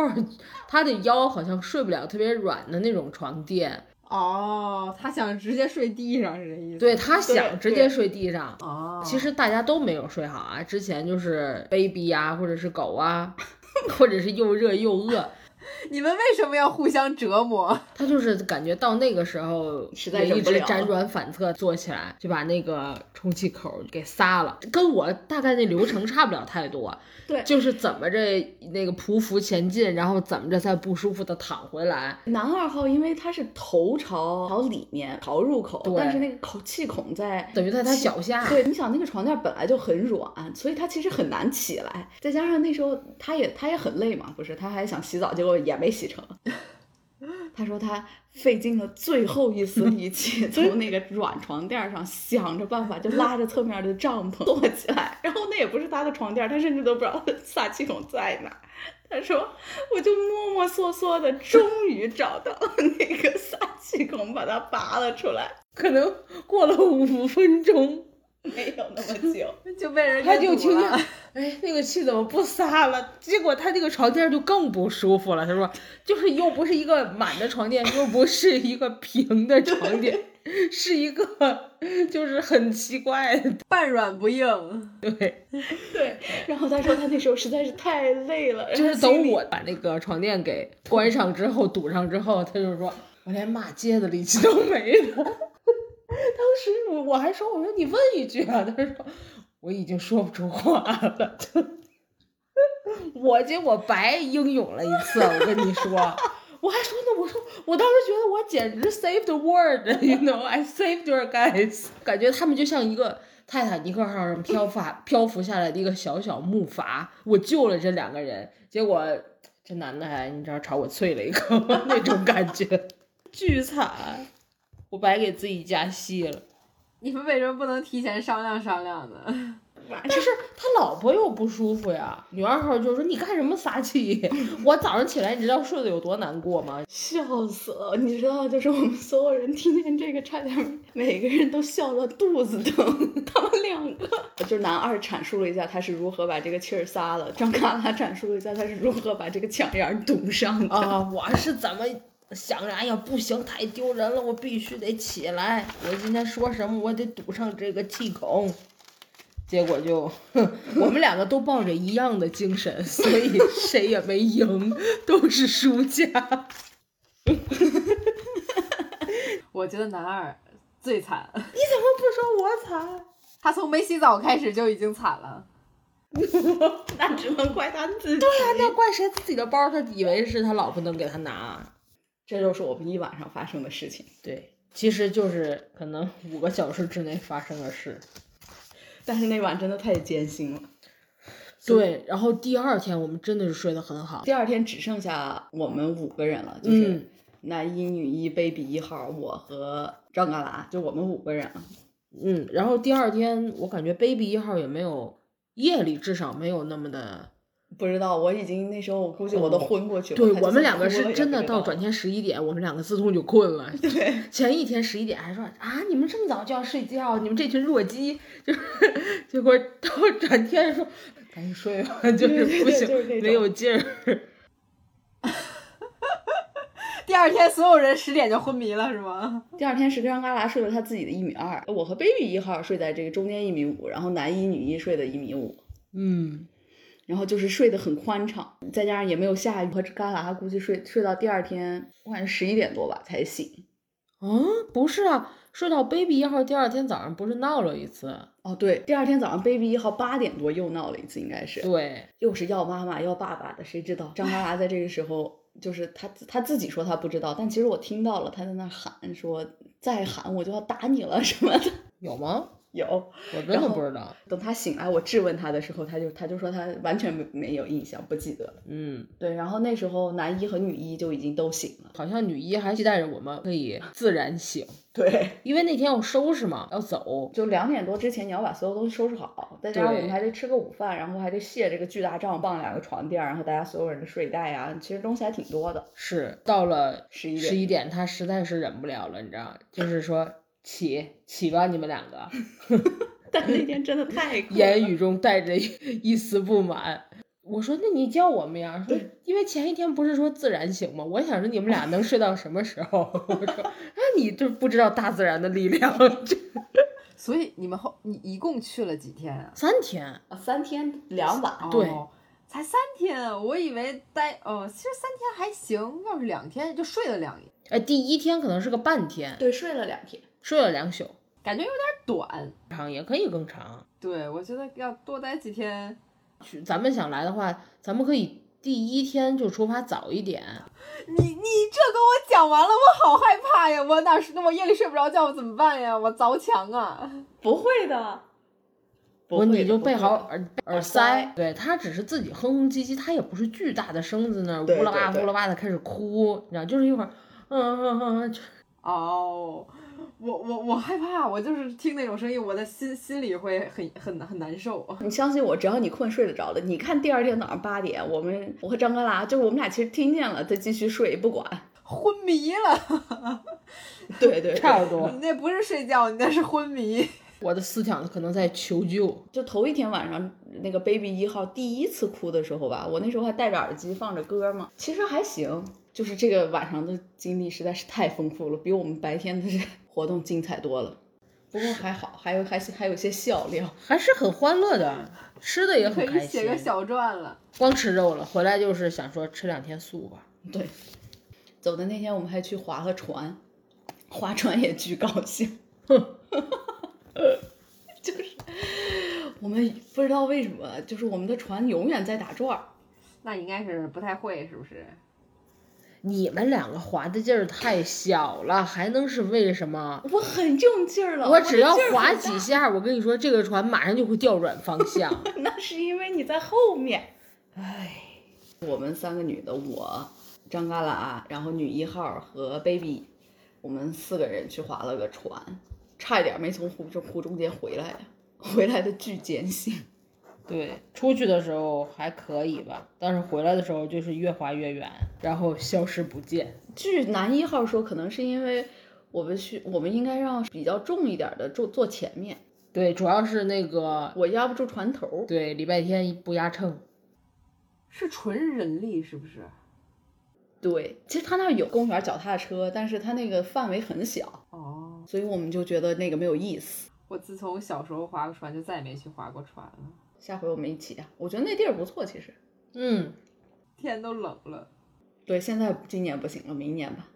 [SPEAKER 1] 他的腰好像睡不了特别软的那种床垫，
[SPEAKER 3] 哦，他想直接睡地上是这意思？
[SPEAKER 1] 对他想直接
[SPEAKER 2] 对
[SPEAKER 1] 睡地上。
[SPEAKER 3] 哦，
[SPEAKER 2] 嗯
[SPEAKER 1] 其实大家都没有睡好啊，之前就是 baby 啊，或者是狗啊，或者是又热又饿，
[SPEAKER 3] 你们为什么要互相折磨？
[SPEAKER 1] 他就是感觉到那个时候
[SPEAKER 2] 实在
[SPEAKER 1] 也
[SPEAKER 2] 忍
[SPEAKER 1] 一
[SPEAKER 2] 不
[SPEAKER 1] 直
[SPEAKER 2] 了
[SPEAKER 1] 辗
[SPEAKER 2] 了
[SPEAKER 1] 转反侧坐起来，就把那个充气口给撒了，跟我大概那流程差不了太多，
[SPEAKER 2] 对
[SPEAKER 1] 就是怎么着那个匍匐前进，然后怎么着再不舒服的躺回来，
[SPEAKER 2] 男二号因为他是头朝朝里面朝入口
[SPEAKER 1] 对，
[SPEAKER 2] 但是那个口气孔在
[SPEAKER 1] 等于在他
[SPEAKER 2] 气
[SPEAKER 1] 脚下，
[SPEAKER 2] 对，你想那个床垫本来就很软，所以他其实很难起来，再加上那时候他也他也很累嘛，不是？他还想洗澡，结果也没洗成。 他说他费尽了最后一丝力 气，从那个软床垫上想着办法，就拉着侧面的帐篷坐起来。然后那也不是他的床垫，他甚至都不知道他撒气孔在哪儿。他说：“我就摸摸索索的，终于找到了那个撒气孔，把它拔了出来。
[SPEAKER 1] 可能过了五分钟，
[SPEAKER 2] 没有那么久。”
[SPEAKER 3] 就被人
[SPEAKER 1] 他
[SPEAKER 3] 给
[SPEAKER 1] 就
[SPEAKER 3] 堵
[SPEAKER 1] 听见
[SPEAKER 3] 了。，
[SPEAKER 1] 哎，那个气怎么不撒了？结果他这个床垫就更不舒服了。他说，就是又不是一个满的床垫，又不是一个平的床垫， 是一个就是很奇怪的。
[SPEAKER 3] 半软不硬，
[SPEAKER 1] 对，
[SPEAKER 2] 对， 然后他说他那时候实在是太累了，
[SPEAKER 1] 就是
[SPEAKER 2] 然后心
[SPEAKER 1] 等
[SPEAKER 2] 里
[SPEAKER 1] 我把那个床垫给关上之后，堵上之后，他就说，我连骂街的力气都没 了。当时我我还说，我说你问一句啊，他说我已经说不出话了。 我结果白英勇了一次，我跟你说，我还说呢，我说我当时觉得我简直 saved the world，you know，I saved your guys，感觉他们就像一个泰坦尼克号上漂法漂浮下来的一个小小木筏，我救了这两个人，结果这男的还你知道朝我啐了一口 那种感觉，巨惨，我白给自己加戏了。
[SPEAKER 3] 你们为什么不能提前商量商量呢？
[SPEAKER 2] 晚
[SPEAKER 1] 但
[SPEAKER 2] 上
[SPEAKER 1] 哎是他老婆又不舒服呀，女二号就说你干什么撒气？ 我早上起来，你知道睡得有多难过吗？
[SPEAKER 2] 笑死了，你知道，就是我们所有人听见这个，差点每个人都笑到肚子疼。他们两个，就是男二阐述了一下他是如何把这个气儿撒了，张嘎啦阐述了一下他是如何把这个墙沿儿堵上的。
[SPEAKER 1] 啊，我是怎么想着，哎呀，不行，太丢人了，我必须得起来。我今天说什么，我得堵上这个气孔。结果就，哼，我们两个都抱着一样的精神，所以谁也没赢， 都是输家。
[SPEAKER 3] 我觉得男二最惨，
[SPEAKER 1] 你怎么不说我惨？
[SPEAKER 3] 他从没洗澡开始就已经惨了。
[SPEAKER 2] 那只能怪他自己。对啊
[SPEAKER 1] 他那怪谁自己的包？他以为是他老婆能给他拿。
[SPEAKER 2] 这就是我们一晚上发生的事情。
[SPEAKER 1] 对，其实就是可能五个小时之内发生的事。
[SPEAKER 2] 但是那晚真的太艰辛了。
[SPEAKER 1] 对，然后第二天我们真的是睡得很好。
[SPEAKER 2] 第二天只剩下我们五个人了，就是
[SPEAKER 1] 嗯
[SPEAKER 2] 男一、女一、baby 一号，我和张嘎啦，就我们五个人啊了。
[SPEAKER 1] 嗯，然后第二天我感觉 baby 一号也没有夜里至少没有那么的
[SPEAKER 2] 不知道，我已经那时候我估计我都昏过去了。
[SPEAKER 1] 哦对
[SPEAKER 2] 他就
[SPEAKER 1] 我们
[SPEAKER 2] 这
[SPEAKER 1] 两
[SPEAKER 2] 么
[SPEAKER 1] 个
[SPEAKER 2] 哭了
[SPEAKER 1] 是
[SPEAKER 2] 也
[SPEAKER 1] 真
[SPEAKER 2] 不
[SPEAKER 1] 的
[SPEAKER 2] 知
[SPEAKER 1] 到
[SPEAKER 2] 道
[SPEAKER 1] 转天十一点，我们两个自动就困了。
[SPEAKER 2] 对，
[SPEAKER 1] 前一天十一点还说啊，你们这么早就要睡觉，你们这群弱鸡，就是 结果到转天说赶紧睡吧， 就是不
[SPEAKER 2] 对
[SPEAKER 1] 行，
[SPEAKER 2] 就是这
[SPEAKER 1] 没有劲儿。
[SPEAKER 3] 第二天所有人十点就昏迷了是吗？
[SPEAKER 2] 第二天，实际上旮旯睡了他自己的一米二，我和 baby 一号睡在这个中间一米五，然后男一女一睡的一米五，
[SPEAKER 1] 嗯，
[SPEAKER 2] 然后就是睡得很宽敞，再加上也没有下雨，和旮旯估计睡睡到第二天，我感觉十一点多吧才醒。
[SPEAKER 1] 啊，不是啊，说到 baby 一号，第二天早上不是闹了一次？
[SPEAKER 2] 哦，对，第二天早上 baby 一号八点多又闹了一次，应该是
[SPEAKER 1] 对，
[SPEAKER 2] 又是要妈妈要爸爸的，谁知道张旮旯在这个时候。就是他自他自己说他不知道，但其实我听到了他在那喊说再喊我就要打你了什么的。
[SPEAKER 1] 有吗？
[SPEAKER 2] 有，
[SPEAKER 1] 我真
[SPEAKER 2] 然
[SPEAKER 1] 的
[SPEAKER 2] 后
[SPEAKER 1] 不知道。
[SPEAKER 2] 等他醒来，我质问他的时候，他就他就说他完全没没有印象，不记得了。
[SPEAKER 1] 嗯，
[SPEAKER 2] 对，然后那时候男一和女一就已经都醒了。
[SPEAKER 1] 好像女一还期待着我们可以自然醒，
[SPEAKER 2] 对，
[SPEAKER 1] 因为那天要收拾嘛，要走。
[SPEAKER 2] 就两点多之前你要把所有东西收拾好，再加上我
[SPEAKER 1] 对
[SPEAKER 2] 们还得吃个午饭，然后还得卸这个巨大帐放两个床垫儿，然后大家所有人的睡袋啊，其实东西还挺多的。
[SPEAKER 1] 是到了
[SPEAKER 2] 十一
[SPEAKER 1] 十
[SPEAKER 2] 点，
[SPEAKER 1] 一点，他实在是忍不了了，你知道，就是说起起吧，你们两个，
[SPEAKER 2] 但那天真的 太困
[SPEAKER 1] 言
[SPEAKER 2] 了
[SPEAKER 1] 语中带着一一丝不满。我说：“那你叫我们呀？”说：“因为前一天不是说自然醒吗？我想说你们俩能睡到什么时候？” 我说：“那你这不知道大自然的力量。 这
[SPEAKER 3] 所以你们后你一共去了几天啊？
[SPEAKER 1] 三天，
[SPEAKER 2] 啊三天两晚，
[SPEAKER 1] 对
[SPEAKER 3] 哦才三天，我以为待哦，其实三天还行，要是两天就睡了两夜，
[SPEAKER 1] 呃，第一天可能是个半天，
[SPEAKER 2] 对，睡了两天。
[SPEAKER 1] 睡了两宿，
[SPEAKER 3] 感觉有点短。
[SPEAKER 1] 长也可以更长。
[SPEAKER 3] 对，我觉得要多待几天。
[SPEAKER 1] 去咱们想来的话，咱们可以第一天就出发早一点。
[SPEAKER 3] 你你这跟我讲完了，我好害怕呀！我哪是我夜里睡不着觉，我怎么办呀？我凿墙啊！
[SPEAKER 2] 不会的，不
[SPEAKER 1] 我
[SPEAKER 2] 会
[SPEAKER 1] 你
[SPEAKER 2] 的
[SPEAKER 1] 就
[SPEAKER 2] 不
[SPEAKER 1] 备
[SPEAKER 2] 会
[SPEAKER 1] 好
[SPEAKER 2] 的
[SPEAKER 1] 耳耳
[SPEAKER 2] 塞
[SPEAKER 1] 塞，对他只是自己哼哼唧唧，他也不是巨大的声子那儿
[SPEAKER 2] 对
[SPEAKER 1] 呜啦
[SPEAKER 2] 对
[SPEAKER 1] 吧
[SPEAKER 2] 对
[SPEAKER 1] 呜啦吧的开始哭，你知道，就是一会儿，嗯嗯嗯嗯，就
[SPEAKER 3] 哦，我我我害怕，我就是听那种声音，我的心心里会很很很难受。
[SPEAKER 2] 你相信我，只要你困睡得着了，你看第二天早上八点，我们我和张哥拉就是我们俩其实听见了，再继续睡不管。
[SPEAKER 3] 昏迷了，
[SPEAKER 2] 对对
[SPEAKER 1] 差
[SPEAKER 2] 对，
[SPEAKER 1] 不多
[SPEAKER 3] 你。那不是睡觉，你那是昏迷。
[SPEAKER 1] 我的思想可能在求救，
[SPEAKER 2] 就头一天晚上那个 baby 一号第一次哭的时候吧，我那时候还戴着耳机放着歌嘛，其实还行。就是这个晚上的经历实在是太丰富了，比我们白天的这 活动精彩多了。不过还好，还有还是还有一些笑料。
[SPEAKER 1] 还是很欢乐的，吃的也
[SPEAKER 3] 可
[SPEAKER 1] 很
[SPEAKER 3] 以
[SPEAKER 1] 开
[SPEAKER 3] 写个
[SPEAKER 1] 心。
[SPEAKER 3] 小传了。
[SPEAKER 1] 光吃肉了，回来就是想说吃两天素吧。
[SPEAKER 2] 对，走的那天我们还去划了船，划船也巨高兴， 就是我们不知道为什么，就是我们的船永远在打转儿。
[SPEAKER 3] 那应该是不太会，是不是？
[SPEAKER 1] 你们两个划的劲儿太小了，还能是为什么？
[SPEAKER 2] 我很用劲儿了，
[SPEAKER 1] 我
[SPEAKER 2] 的
[SPEAKER 1] 只要
[SPEAKER 2] 劲儿
[SPEAKER 1] 划
[SPEAKER 2] 很
[SPEAKER 1] 几
[SPEAKER 2] 大，
[SPEAKER 1] 下，我跟你说，这个船马上就会调转方 向。
[SPEAKER 2] 那是因为你在后面。唉，我们三个女的，我张嘎啦，然后女一号和 baby，我们四个人去划了个船，差一点没从湖中湖中间回来，回来的巨艰辛。
[SPEAKER 1] 对，出去的时候还可以吧，但是回来的时候就是越滑越远，然后消失不见。
[SPEAKER 2] 据男一号说，可能是因为我们需我们应该让比较重一点的坐坐前面，
[SPEAKER 1] 对，主要是那个
[SPEAKER 2] 我压不住船头。
[SPEAKER 1] 对礼拜天不压秤，
[SPEAKER 3] 是纯人力，是不是？
[SPEAKER 2] 对，其实他那儿有公园脚踏车，但是他那个范围很小，
[SPEAKER 3] 哦，
[SPEAKER 2] 所以我们就觉得那个没有意思。
[SPEAKER 3] 我自从小时候划过船，就再也没去划过船了。
[SPEAKER 2] 下回我们一起啊，我觉得那地儿不错，其实。
[SPEAKER 1] 嗯，
[SPEAKER 3] 天都冷了，
[SPEAKER 2] 对，现在今年不行了，明年吧。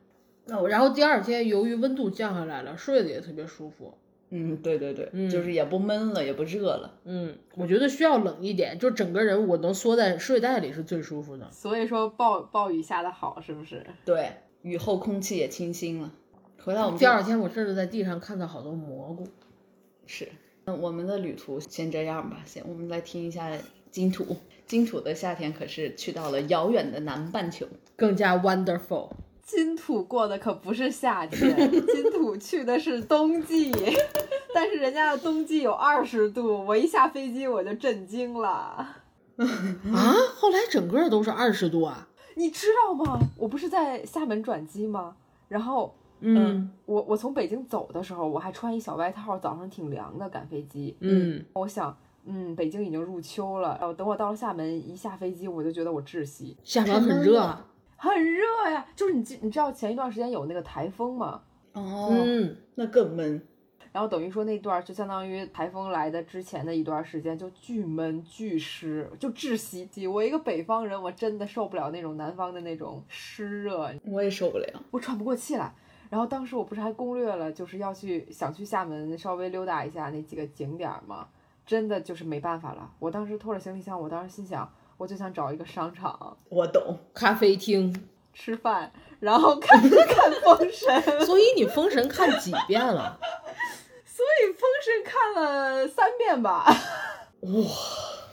[SPEAKER 1] 那我然后第二天由于温度降下来了，睡得也特别舒服。
[SPEAKER 2] 嗯，对对对，
[SPEAKER 1] 嗯
[SPEAKER 2] 就是也不闷了，也不热了。
[SPEAKER 1] 嗯，我觉得需要冷一点，就整个人我能缩在睡袋里是最舒服的。
[SPEAKER 3] 所以说暴暴雨下的好，是不是？
[SPEAKER 2] 对，雨后空气也清新了。回来我们
[SPEAKER 1] 第
[SPEAKER 2] 就
[SPEAKER 1] 二天我甚至在地上看到好多蘑菇。
[SPEAKER 2] 是，那嗯我们的旅途先这样吧，先我们来听一下金土。金土的夏天可是去到了遥远的南半球，
[SPEAKER 1] 更加 wonderful，
[SPEAKER 2] 啊
[SPEAKER 3] 金土过的可不是夏天，金土去的是冬季， 但是人家的冬季有二十度，我一下飞机我就震惊了。
[SPEAKER 1] 啊，后来整个都是二十度啊。
[SPEAKER 3] 你知道吗？我不是在厦门转机吗？然后
[SPEAKER 1] 嗯
[SPEAKER 3] 我我从北京走的时候，我还穿一小外套，早上挺凉的，赶飞机。
[SPEAKER 1] 嗯，
[SPEAKER 3] 我想，嗯，北京已经入秋了，然后等我到了厦门，一下飞机我就觉得我窒息，
[SPEAKER 1] 厦门很热啊。
[SPEAKER 3] 很热呀。就是你记，你知道前一段时间有那个台风吗？
[SPEAKER 2] 哦，
[SPEAKER 1] 嗯，
[SPEAKER 2] 那更闷。
[SPEAKER 3] 然后等于说那段就相当于台风来的之前的一段时间，就巨闷巨湿，就窒息。我一个北方人，我真的受不了那种南方的那种湿热，
[SPEAKER 2] 我也受不了。
[SPEAKER 3] 我喘不过气来。然后当时我不是还攻略了，就是要去想去厦门稍微溜达一下那几个景点儿吗？真的就是没办法了。我当时拖着行李箱，我当时心想，我就想找一个商场
[SPEAKER 2] 我懂，
[SPEAKER 1] 咖啡厅。
[SPEAKER 3] 吃饭，然后看 着看《封神》，
[SPEAKER 1] 所以你《封神》看几遍了？
[SPEAKER 3] 所以《封神》看了三遍吧。
[SPEAKER 1] 哇，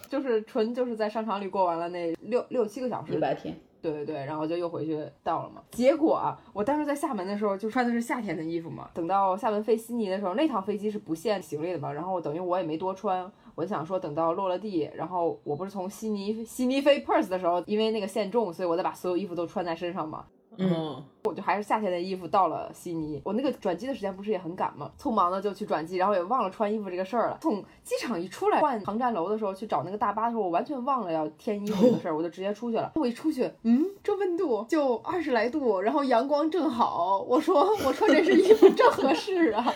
[SPEAKER 3] 就是纯就是在商场里过完了那六六七个小时
[SPEAKER 2] 一，白天。
[SPEAKER 3] 对对对，然后就又回去到了嘛。结果啊，我当时在厦门的时候就穿的是夏天的衣服嘛，等到厦门飞悉尼的时候，那趟飞机是不限行李的嘛，然后等于我也没多穿。我想说，等到落了地，然后我不是从悉尼悉尼飞 Perth 的时候，因为那个限重，所以我再把所有衣服都穿在身上嘛。
[SPEAKER 1] 嗯，
[SPEAKER 3] 我就还是夏天的衣服到了悉尼，我那个转机的时间不是也很赶吗？匆忙的就去转机，然后也忘了穿衣服这个事儿了。从机场一出来换航站楼的时候，去找那个大巴的时候，我完全忘了要添衣服这个事儿，我就直接出去了。我一出去，嗯，这温度就二十来度，然后阳光正好，我说 我穿这身衣服正合适啊。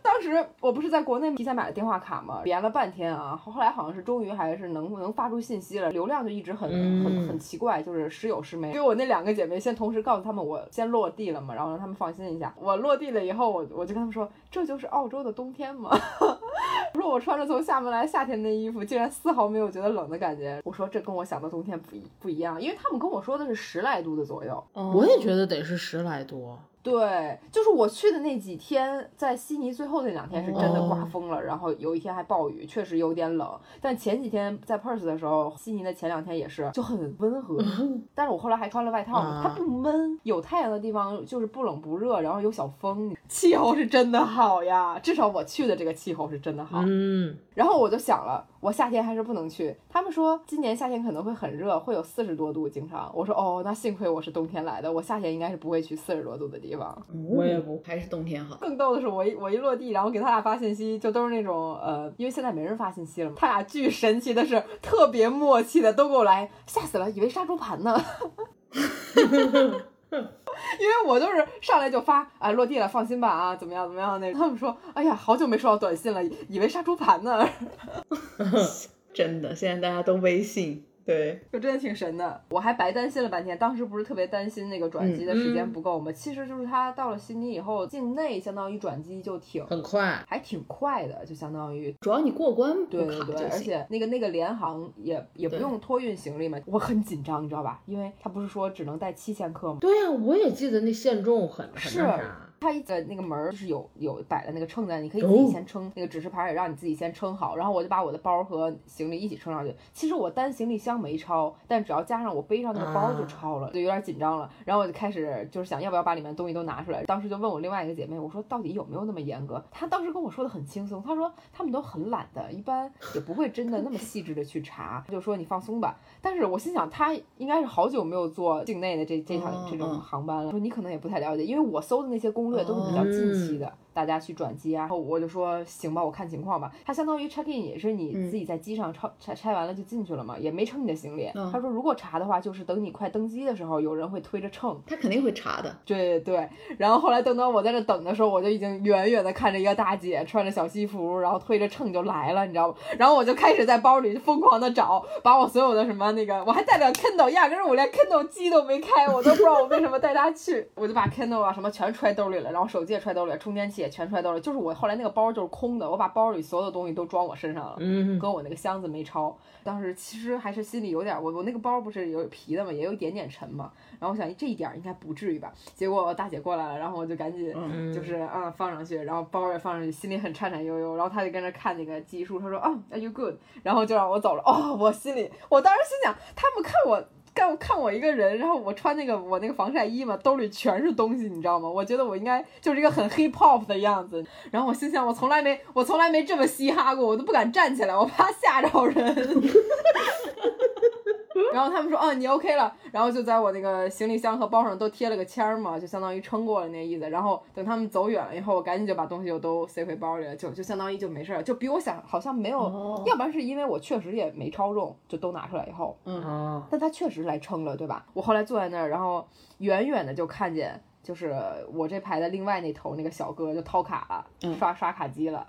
[SPEAKER 3] 当时我不是在国内提前买了电话卡嘛，连了半天啊，后来好像是终于还是能能发出信息了，流量就一直很很
[SPEAKER 1] 嗯
[SPEAKER 3] 很奇怪，就是时有时没。因为我那两个姐妹先同时告诉她们我先落地了嘛，然后让她们放心一下。我落地了以后，我我就跟她们说，这就是澳洲的冬天嘛。我说我穿着从厦门来夏天的衣服，竟然丝毫没有觉得冷的感觉。我说这跟我想的冬天不一不一样，因为他们跟我说的是十来度的左右。
[SPEAKER 1] 我也
[SPEAKER 2] 得。
[SPEAKER 1] 觉得得是十来度。
[SPEAKER 3] 对，就是我去的那几天，在悉尼最后那两天是真的刮
[SPEAKER 1] 哦
[SPEAKER 3] 风了，然后有一天还暴雨，确实有点冷。但前几天在 Perth 的时候，悉尼的前两天也是就很温 和，但是我后来还穿了外套呢，它
[SPEAKER 1] 啊
[SPEAKER 3] 不闷，有太阳的地方就是不冷不热，然后有小风，气候是真的好呀，至少我去的这个气候是真的好。
[SPEAKER 1] 嗯，
[SPEAKER 3] 然后我就想了，我夏天还是不能去。他们说今年夏天可能会很热，会有四十多度，经常。我说哦，那幸亏我是冬天来的，我夏天应该是不会去四十多度的地
[SPEAKER 2] 哦
[SPEAKER 3] 方。
[SPEAKER 1] 我也不
[SPEAKER 2] 还是冬天好。
[SPEAKER 3] 更逗的是，我一我一落地，然后给他俩发信息，就都是那种呃，因为现在没人发信息了嘛。他俩巨神奇的是，特别默契的都给我来，吓死了，以为杀猪盘呢。 因为我就是上来就发，啊，落地了，放心吧啊，怎么样怎么样那个。他们说，哎呀，好久没收到短信了，以以为杀猪盘呢，
[SPEAKER 1] 嗯
[SPEAKER 2] 真的，现在大家都微信。对，
[SPEAKER 3] 就真的挺神的。我还白担心了半天，当时不是特别担心那个转机的时
[SPEAKER 1] 嗯
[SPEAKER 3] 间
[SPEAKER 1] 嗯
[SPEAKER 3] 不够嘛。其实就是他到了悉尼以后，境内相当于转机就 挺
[SPEAKER 1] 很快。
[SPEAKER 3] 还挺快的，就相当于
[SPEAKER 2] 主要你过关
[SPEAKER 3] 对
[SPEAKER 2] 不
[SPEAKER 3] 对
[SPEAKER 2] 卡
[SPEAKER 3] 对，
[SPEAKER 2] 就
[SPEAKER 3] 而
[SPEAKER 2] 行。
[SPEAKER 3] 且那个那个联航也也不
[SPEAKER 2] 对
[SPEAKER 3] 用托运行李嘛，我很紧张，你知道吧？因为他不是说只能带七千克吗？
[SPEAKER 1] 对呀、我也记得那限重很很
[SPEAKER 3] 是
[SPEAKER 1] 那啥。
[SPEAKER 3] 他一个那个门儿就是有有摆了那个秤在，你可以
[SPEAKER 1] 哦
[SPEAKER 3] 自己先称，那个指示牌也让你自己先称好，然后我就把我的包和行李一起称上去。其实我单行李箱没超，但只要加上我背上那个包就
[SPEAKER 1] 啊
[SPEAKER 3] 超了，就有点紧张了。然后我就开始就是想要不要把里面东西都拿出来。当时就问我另外一个姐妹，我说到底有没有那么严格？她当时跟我说的很轻松，她说他们都很懒的，一般也不会真的那么细致的去查，就说你放松吧。但是我心想，她应该是好久没有坐境内的这这趟
[SPEAKER 2] 嗯
[SPEAKER 3] 这种
[SPEAKER 1] 哦
[SPEAKER 2] 嗯
[SPEAKER 3] 航班了，说你可能也不太了解，因为我搜的那些攻略都是比较
[SPEAKER 2] 哦
[SPEAKER 3] 近期的，
[SPEAKER 2] 嗯
[SPEAKER 3] 大家去转机啊，然后我就说行吧，我看情况吧。它相当于 check in 也是你
[SPEAKER 2] 嗯
[SPEAKER 3] 自己在机上超拆拆完了就进去了嘛，也没称你的行李。
[SPEAKER 2] 嗯
[SPEAKER 3] 他说如果查的话，就是等你快登机的时候，有人会推着秤。
[SPEAKER 2] 他肯定会查的。
[SPEAKER 3] 对对，然后后来等到我在这等的时候，我就已经远远的看着一个大姐穿着小西服，然后推着秤就来了，你知道吗？然后我就开始在包里疯狂的找，把我所有的什么那个，我还带了 Kindle，压根儿我连 Kindle 机都没开，我都不知道我为什么带它去，我就把 Kindle 啊什么全揣兜里了，然后手机也揣兜里了，充电器也全揣兜里了，就是我后来那个包就是空的，我把包里所有的东西都装我身上了。
[SPEAKER 1] 嗯，
[SPEAKER 3] 跟我那个箱子没超。当时其实还是心里有点儿，我我那个包不是有皮的嘛，也有一点点沉嘛。然后我想这一点儿应该不至于吧。结果我大姐过来了，然后我就赶紧。
[SPEAKER 2] 嗯，
[SPEAKER 3] 就是啊、放上去，然后包也放上去，心里很颤颤悠悠。然后她就跟那看那个级数，她说啊、a r e you good？然后就让我走了。哦，我心里，我当时心想，他们看我看我看我一个人，然后我穿那个我那个防晒衣嘛，兜里全是东西，你知道吗？我觉得我应该就是一个很 hip hop 的样子。然后我心想，我从来没我从来没这么嘻哈过，我都不敢站起来，我怕吓着人。然后他们说，啊，你 OK 了，然后就在我那个行李箱和包上都贴了个签儿嘛，就相当于撑过了那意思。然后等他们走远了以后，我赶紧就把东西又都塞回包里了，就就相当于就没事儿，就比我想好像没有，
[SPEAKER 2] 哦
[SPEAKER 3] 要不然是因为我确实也没超重，就都拿出来以后，
[SPEAKER 1] 哦，
[SPEAKER 3] 但他确实来撑了，对吧？我后来坐在那儿，然后远远的就看见，就是我这排的另外那头那个小哥就掏卡了，
[SPEAKER 2] 嗯
[SPEAKER 3] 刷刷卡机了，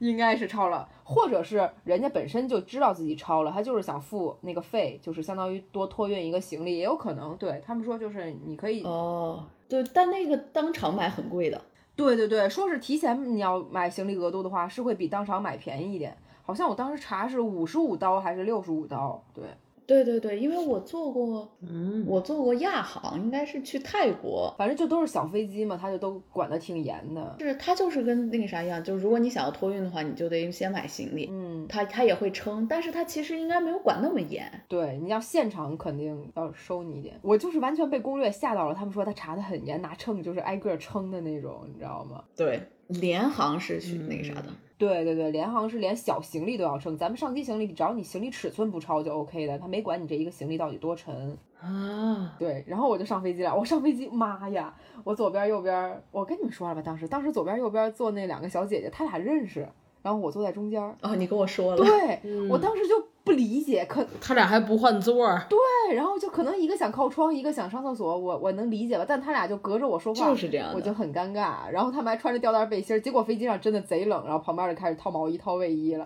[SPEAKER 3] 应该是超了，或者是人家本身就知道自己超了，他就是想付那个费，就是相当于多托运一个行李，也有可能。对他们说，就是你可以，
[SPEAKER 2] 哦，对，但那个当场买很贵的，
[SPEAKER 3] 对对对，说是提前你要买行李额度的话，是会比当场买便宜一点。好像我当时查是五十五刀还是六十五刀，对，
[SPEAKER 2] 对对对，因为我做过，
[SPEAKER 1] 嗯，
[SPEAKER 2] 我做过亚航，应该是去泰国，
[SPEAKER 3] 反正就都是小飞机嘛，他就都管得挺严的。
[SPEAKER 2] 就是它就是跟那个啥一样，就是如果你想要托运的话，你就得先买行李，
[SPEAKER 3] 嗯，
[SPEAKER 2] 它它也会称，但是它其实应该没有管那么严。
[SPEAKER 3] 对，你要现场肯定要收你一点。我就是完全被攻略吓到了，他们说他查的很严，拿秤就是挨个儿称的那种，你知道吗？
[SPEAKER 2] 对，联航是去那个啥的，
[SPEAKER 3] 对对对，联航是连小行李都要称，咱们上机行李只要你行李尺寸不超就 OK 的，他没管你这一个行李到底多沉。
[SPEAKER 1] 啊，
[SPEAKER 3] 对，然后我就上飞机了，我上飞机，妈呀，我左边右边，我跟你们说了吧，当时当时左边右边坐那两个小姐姐，她俩认识，然后我坐在中间儿。
[SPEAKER 2] 哦，你跟我说了，
[SPEAKER 3] 对、
[SPEAKER 1] 嗯
[SPEAKER 3] 我当时就不理解，可
[SPEAKER 1] 他俩还不换座儿，
[SPEAKER 3] 对，然后就可能一个想靠窗，一个想上厕所，我我能理解吧，但他俩就隔着我说话，
[SPEAKER 2] 就是这样
[SPEAKER 3] 我就
[SPEAKER 2] 的。
[SPEAKER 3] 很尴尬。然后他们还穿着吊带背心儿，结果飞机上真的贼冷，然后旁边就开始掏毛衣、掏 卫衣了。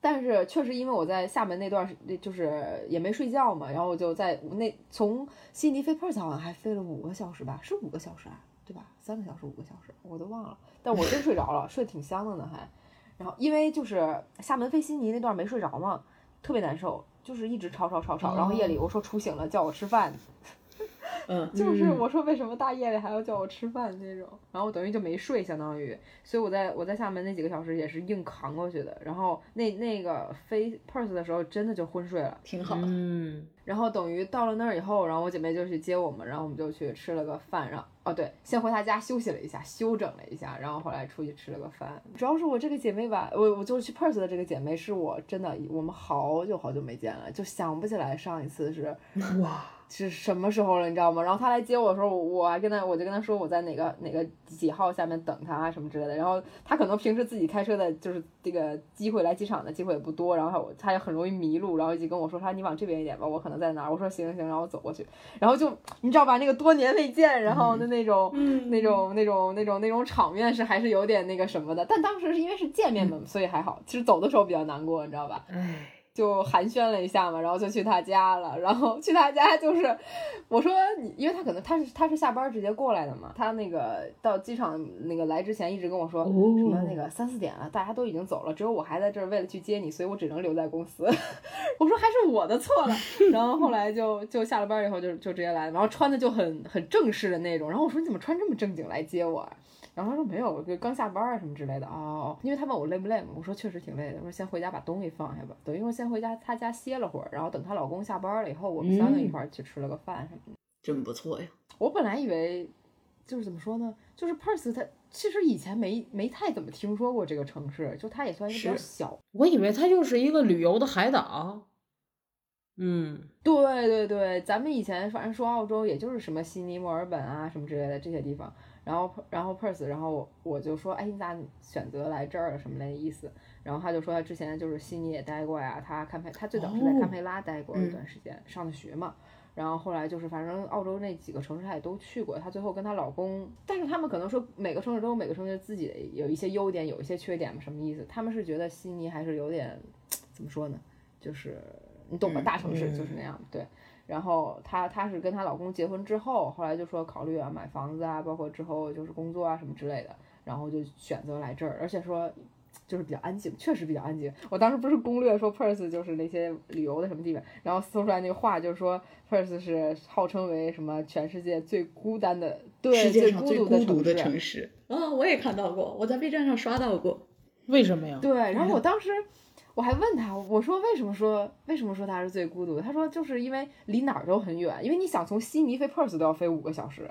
[SPEAKER 3] 但是确实，因为我在厦门那段时，就是也没睡觉嘛，然后我就在那从悉尼飞 Perth 好像还飞了五个小时吧，是五个小时啊，对吧？三个小时、五个小时，我都忘了。但我真睡 着了，睡得挺香的呢还。然后因为就是厦门飞悉尼那段没睡着嘛，特别难受，就是一直吵吵吵
[SPEAKER 2] 哦
[SPEAKER 3] 吵。然后夜里我说初醒了，叫我吃饭，
[SPEAKER 2] 嗯，
[SPEAKER 3] 就是
[SPEAKER 1] 嗯
[SPEAKER 3] 我说为什么大夜里还要叫我吃饭那种，然后我等于就没睡，相当于，所以我在我在厦门那几个小时也是硬扛过去的。然后那那个飞 Perth 的时候真的就昏睡了，
[SPEAKER 2] 挺好。
[SPEAKER 1] 嗯，
[SPEAKER 3] 然后等于到了那儿以后，然后我姐妹就去接我们，然后我们就去吃了个饭，然后哦对，先回她家休息了一下，休整了一下，然后后来出去吃了个饭。主要是我这个姐妹吧，我我就是去 Perth 的这个姐妹，是我真的我们好久好久没见了，就想不起来上一次是
[SPEAKER 1] 哇，
[SPEAKER 3] 是什么时候了，你知道吗？然后他来接我的时候，我我还跟他，我就跟他说我在哪个哪个几号下面等他啊什么之类的。然后他可能平时自己开车的，就是这个机会来机场的机会也不多，然后他我他也很容易迷路，然后就跟我说他你往这边一点吧，我可能在哪儿。我说行行行，然后我走过去，然后就你知道吧，那个多年未见，然后的那种、
[SPEAKER 2] 嗯
[SPEAKER 3] 那种那种那种那种场面是还是有点那个什么的。但当时是因为是见面嘛，
[SPEAKER 2] 嗯
[SPEAKER 3] 所以还好。其实走的时候比较难过，你知道吧？
[SPEAKER 1] 哎，
[SPEAKER 3] 就寒暄了一下嘛，然后就去他家了。然后去他家就是，我说你，因为他可能他是他是下班直接过来的嘛，他那个到机场那个来之前一直跟我说、
[SPEAKER 1] 哦
[SPEAKER 3] 什么那个三四点了，大家都已经走了，只有我还在这儿，为了去接你，所以我只能留在公司。我说还是我的错了。然后后来就就下了班以后就就直接来了，然后穿的就很很正式的那种。然后我说你怎么穿这么正经来接我、啊？然后他说没有，我就刚下班啊什么之类的。哦，因为他问我累不累嘛，我说确实挺累的。我说先回家把东西放下吧，等于说先回家他家歇了会儿，然后等她老公下班了以后，我们三个一块儿去吃了个饭什么的。
[SPEAKER 2] 真不错呀。
[SPEAKER 3] 我本来以为就是怎么说呢，就是 Perth 它其实以前没没太怎么听说过这个城市，就它也算一个比较
[SPEAKER 2] 是
[SPEAKER 3] 小。
[SPEAKER 1] 我以为它就是一个旅游的海岛，嗯，
[SPEAKER 3] 对对对，咱们以前反正说澳洲，也就是什么悉尼、墨尔本啊什么之类的这些地方，然后然后 Perth，然后我我就说，哎，你咋选择来这儿了什么的意思？然后他就说他之前就是悉尼也待过呀，他堪培他最早是在
[SPEAKER 1] 哦
[SPEAKER 3] 堪培拉待过一
[SPEAKER 2] 嗯
[SPEAKER 3] 段时间，上的学嘛。然后后来就是，反正澳洲那几个城市她也都去过。她最后跟她老公，但是他们可能说每个城市都有每个城市自己的有一些优点，有一些缺点嘛，什么意思？他们是觉得悉尼还是有点怎么说呢？就是你懂吧，
[SPEAKER 2] 嗯
[SPEAKER 3] 大城市
[SPEAKER 1] 嗯
[SPEAKER 3] 就是那样，对。然后她她是跟她老公结婚之后，后来就说考虑啊买房子啊，包括之后就是工作啊什么之类的，然后就选择来这儿，而且说就是比较安静，确实比较安静。我当时不是攻略说 Perth 就是那些旅游的什么地方，然后搜出来那个话就是说 Perth 是号称为什么全世界最孤单的，对，
[SPEAKER 2] 世界上
[SPEAKER 3] 最
[SPEAKER 2] 最
[SPEAKER 3] 孤独
[SPEAKER 2] 孤独的
[SPEAKER 3] 城市
[SPEAKER 2] 城哦市啊、我也看到过，我在 B 站上刷到过。
[SPEAKER 1] 为什么呀？
[SPEAKER 3] 对，然后我当时，我还问他，我说为什么说为什么说他是最孤独的？他说就是因为离哪儿都很远，因为你想从悉尼飞 Perth 都要飞五个小时，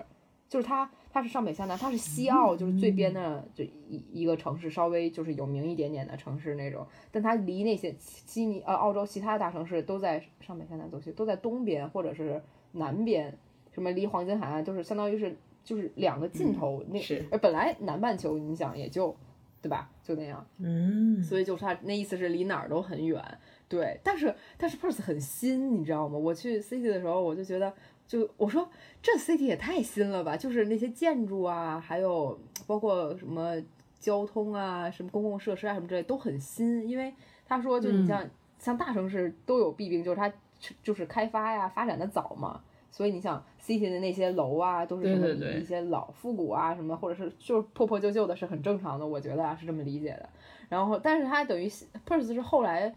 [SPEAKER 3] 就是他他是上北下南，他是西澳，就是最边的就一一个城市，稍微就是有名一点点的城市那种，但他离那些悉尼呃澳洲其他大城市都在上北下南走西，都在东边或者是南边，什么离黄金海岸就是相当于是就是两个尽头，那呃
[SPEAKER 2] 是
[SPEAKER 3] 而本来南半球你想也就对吧，就那样。
[SPEAKER 1] 嗯，
[SPEAKER 3] 所以就是他那意思是离哪儿都很远，对。但是但是 Perth 很新，你知道吗？我去 City 的时候，我就觉得，就我说这 City 也太新了吧，就是那些建筑啊，还有包括什么交通啊、什么公共设施啊什么之类都很新。因为他说，就你像、像大城市都有弊病，就是它就是开发呀发展的早嘛。所以你想，city 的那些楼啊，都是什么
[SPEAKER 2] 对对对
[SPEAKER 3] 一些老复古啊，什么或者是就是破破旧旧的，是很正常的，我觉得啊是这么理解的。然后，但是它等于 Perth 是后来，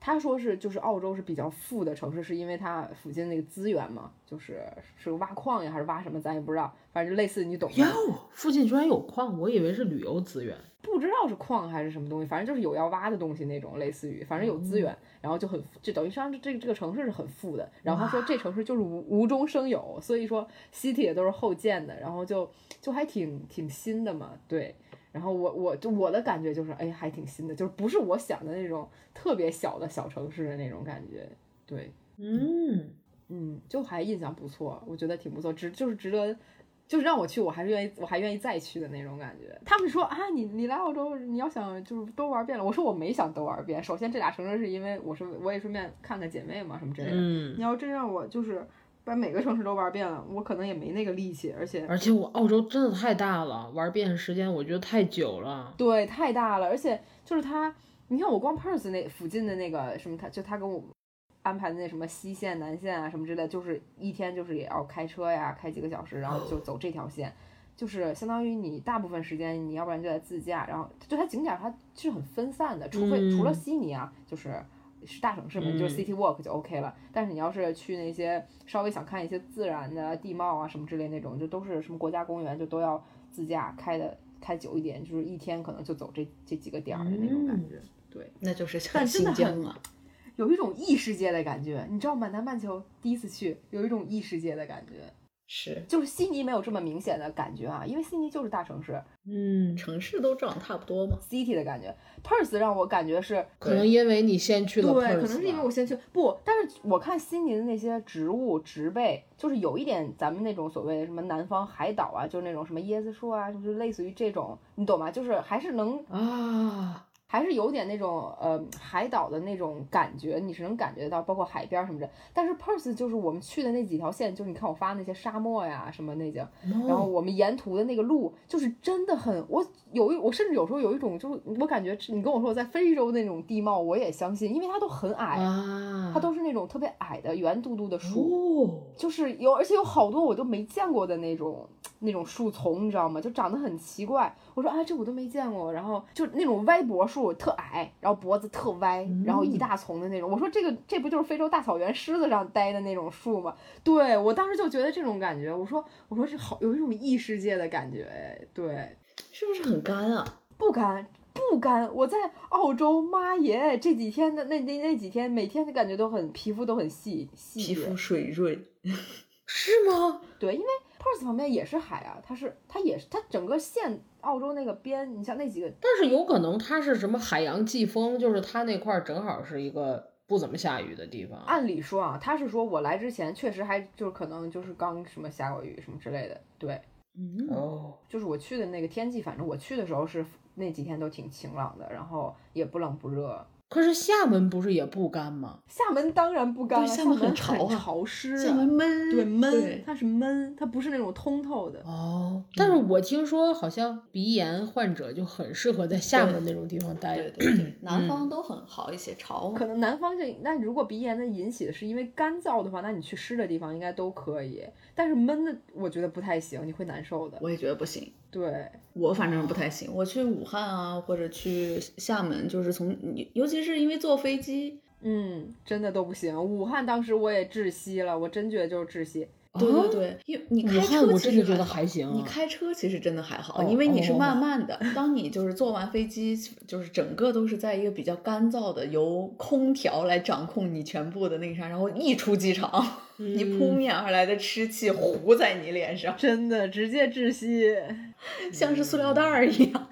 [SPEAKER 3] 他说是就是澳洲是比较富的城市，是因为它附近那个资源嘛，就是是挖矿呀还是挖什么，咱也不知道，反正就类似你懂的
[SPEAKER 1] 哟，，附近居然有矿，我以为是旅游资源。
[SPEAKER 3] 不知道是矿还是什么东西，反正就是有要挖的东西那种，类似于反正有资源，然后就很就等于上这这个城市是很富的。然后他说这城市就是无无中生有，所以说 city 也都是后建的，然后就就还挺挺新的嘛，对。然后我我就我的感觉就是，哎，还挺新的，就是不是我想的那种特别小的小城市的那种感觉，对，
[SPEAKER 1] 嗯，
[SPEAKER 3] 嗯，就还印象不错，我觉得挺不错，值就是值得，就是让我去，我还是愿意，我还愿意再去的那种感觉。他们说啊，你你来澳洲，你要想就是都玩遍了，我说我没想都玩遍。首先这俩城市是因为我是我也顺便看看姐妹嘛什么之类的。
[SPEAKER 1] 嗯，
[SPEAKER 3] 你要真让我就是把每个城市都玩遍了，我可能也没那个力气，而且
[SPEAKER 1] 而且我澳洲真的太大了，玩遍时间我觉得太久了。
[SPEAKER 3] 对，太大了，而且就是它，你看我光 Perth 那附近的那个什么，他就他跟我安排的那什么西线、南线啊什么之类，就是一天就是也要开车呀，开几个小时，然后就走这条线，就是相当于你大部分时间，你要不然就在自驾，然后就它景点儿它是很分散的，除非、除了
[SPEAKER 1] 嗯
[SPEAKER 3] 悉尼啊，就是。是大城市嘛，你就
[SPEAKER 1] 嗯
[SPEAKER 3] 是 city walk 就 OK 了。但是你要是去那些稍微想看一些自然的地貌啊什么之类那种，就都是什么国家公园，就都要自驾开的开久一点，就是一天可能就走这这几个点儿的那种感觉，
[SPEAKER 2] 那就是
[SPEAKER 3] 但
[SPEAKER 2] 很
[SPEAKER 3] 真的
[SPEAKER 2] 新
[SPEAKER 3] 很
[SPEAKER 2] 疆啊，
[SPEAKER 3] 有一种异世界的感觉。你知道吗？南半球第一次去，有一种异世界的感觉，
[SPEAKER 2] 是
[SPEAKER 3] 就是悉尼没有这么明显的感觉啊，因为悉尼就是大城市
[SPEAKER 1] 嗯，
[SPEAKER 2] 城市都长差不多嘛。
[SPEAKER 3] city 的感觉。Perth 让我感觉是
[SPEAKER 1] 可能因为你先去了 p e
[SPEAKER 3] 对
[SPEAKER 1] r，
[SPEAKER 3] 可能是因为我先去不，但是我看悉尼的那些植物植被，就是有一点咱们那种所谓的什么南方海岛啊，就是那种什么椰子树啊，就是类似于这种，你懂吗？就是还是能
[SPEAKER 1] 啊，
[SPEAKER 3] 还是有点那种呃海岛的那种感觉，你是能感觉到，包括海边儿什么的。但是 Perth 就是我们去的那几条线，就是你看我发那些沙漠呀什么那些，
[SPEAKER 1] 哦
[SPEAKER 3] 然后我们沿途的那个路就是真的很，我有一我甚至有时候有一种就是我感觉你跟我说我在非洲那种地貌，我也相信，因为它都很矮，
[SPEAKER 1] 啊，
[SPEAKER 3] 它都是那种特别矮的圆嘟嘟的树，
[SPEAKER 1] 哦，
[SPEAKER 3] 就是有，而且有好多我都没见过的那种那种树丛，你知道吗？就长得很奇怪。我说啊，这我都没见过。然后就那种歪脖树，特矮，然后脖子特歪，然后一大丛的那种。我说这个这不就是非洲大草原狮子上待的那种树吗？对我当时就觉得这种感觉，我说我说这好有一种异世界的感觉，哎对，
[SPEAKER 2] 是不是很干啊？
[SPEAKER 3] 不干。不干！我在澳洲，妈耶！这几天的那那那几天，每天的感觉都很皮肤都很细细
[SPEAKER 2] 皮
[SPEAKER 3] 节
[SPEAKER 2] 肤水润，
[SPEAKER 1] 是吗？
[SPEAKER 3] 对，因为 Perth 旁边也是海啊，它是它也是它整个县澳洲那个边，你像那几个
[SPEAKER 1] 但是有可能它是什么海洋季风，就是它那块儿正好是一个不怎么下雨的地方。
[SPEAKER 3] 按理说啊，他是说我来之前确实还就是可能就是刚什么下过雨什么之类的，对，
[SPEAKER 2] 嗯，
[SPEAKER 1] 哦，
[SPEAKER 3] 就是我去的那个天气，反正我去的时候是那几天都挺晴朗的，然后也不冷不热。
[SPEAKER 1] 可是厦门不是也不干吗？
[SPEAKER 3] 厦门当然不干了，
[SPEAKER 2] 对厦
[SPEAKER 3] 门
[SPEAKER 2] 门很潮啊
[SPEAKER 3] 潮湿、啊，
[SPEAKER 2] 厦门闷，
[SPEAKER 3] 对闷，
[SPEAKER 2] 对
[SPEAKER 3] 它是闷，它不是那种通透的。
[SPEAKER 1] 哦，但是我听说好像鼻炎患者就很适合在厦门那种地方待
[SPEAKER 2] 对。对对，南方都很好一些，潮
[SPEAKER 3] 可
[SPEAKER 2] 嘛。
[SPEAKER 3] 能南方这，那如果鼻炎的引起的是因为干燥的话，那你去湿的地方应该都可以。但是闷的，我觉得不太行，你会难受的。
[SPEAKER 2] 我也觉得不行，
[SPEAKER 3] 对，
[SPEAKER 2] 我反正不太行。我去武汉啊，或者去厦门，就是从，尤其是因为坐飞机，
[SPEAKER 3] 嗯，真的都不行。武汉当时我也窒息了，我真觉得就是窒息。
[SPEAKER 2] 对
[SPEAKER 1] 啊
[SPEAKER 2] 对对，因为你
[SPEAKER 1] 武
[SPEAKER 2] 开
[SPEAKER 1] 汉
[SPEAKER 2] 车
[SPEAKER 1] 我
[SPEAKER 2] 其
[SPEAKER 1] 真的
[SPEAKER 2] 实
[SPEAKER 1] 觉得
[SPEAKER 2] 好
[SPEAKER 1] 还行
[SPEAKER 2] 你
[SPEAKER 1] 啊
[SPEAKER 2] 开车其实真的还好，
[SPEAKER 1] 哦
[SPEAKER 2] 因为你是
[SPEAKER 1] 哦
[SPEAKER 2] 慢慢的。当你就是坐完飞机，就是整个都是在一个比较干燥的，由空调来掌控你全部的那个啥，然后一出机场， 你扑
[SPEAKER 1] 嗯
[SPEAKER 2] 面而来的湿气糊在你脸上，
[SPEAKER 3] 真的直接窒息。
[SPEAKER 2] 像是塑料袋
[SPEAKER 1] 嗯
[SPEAKER 2] 儿一样。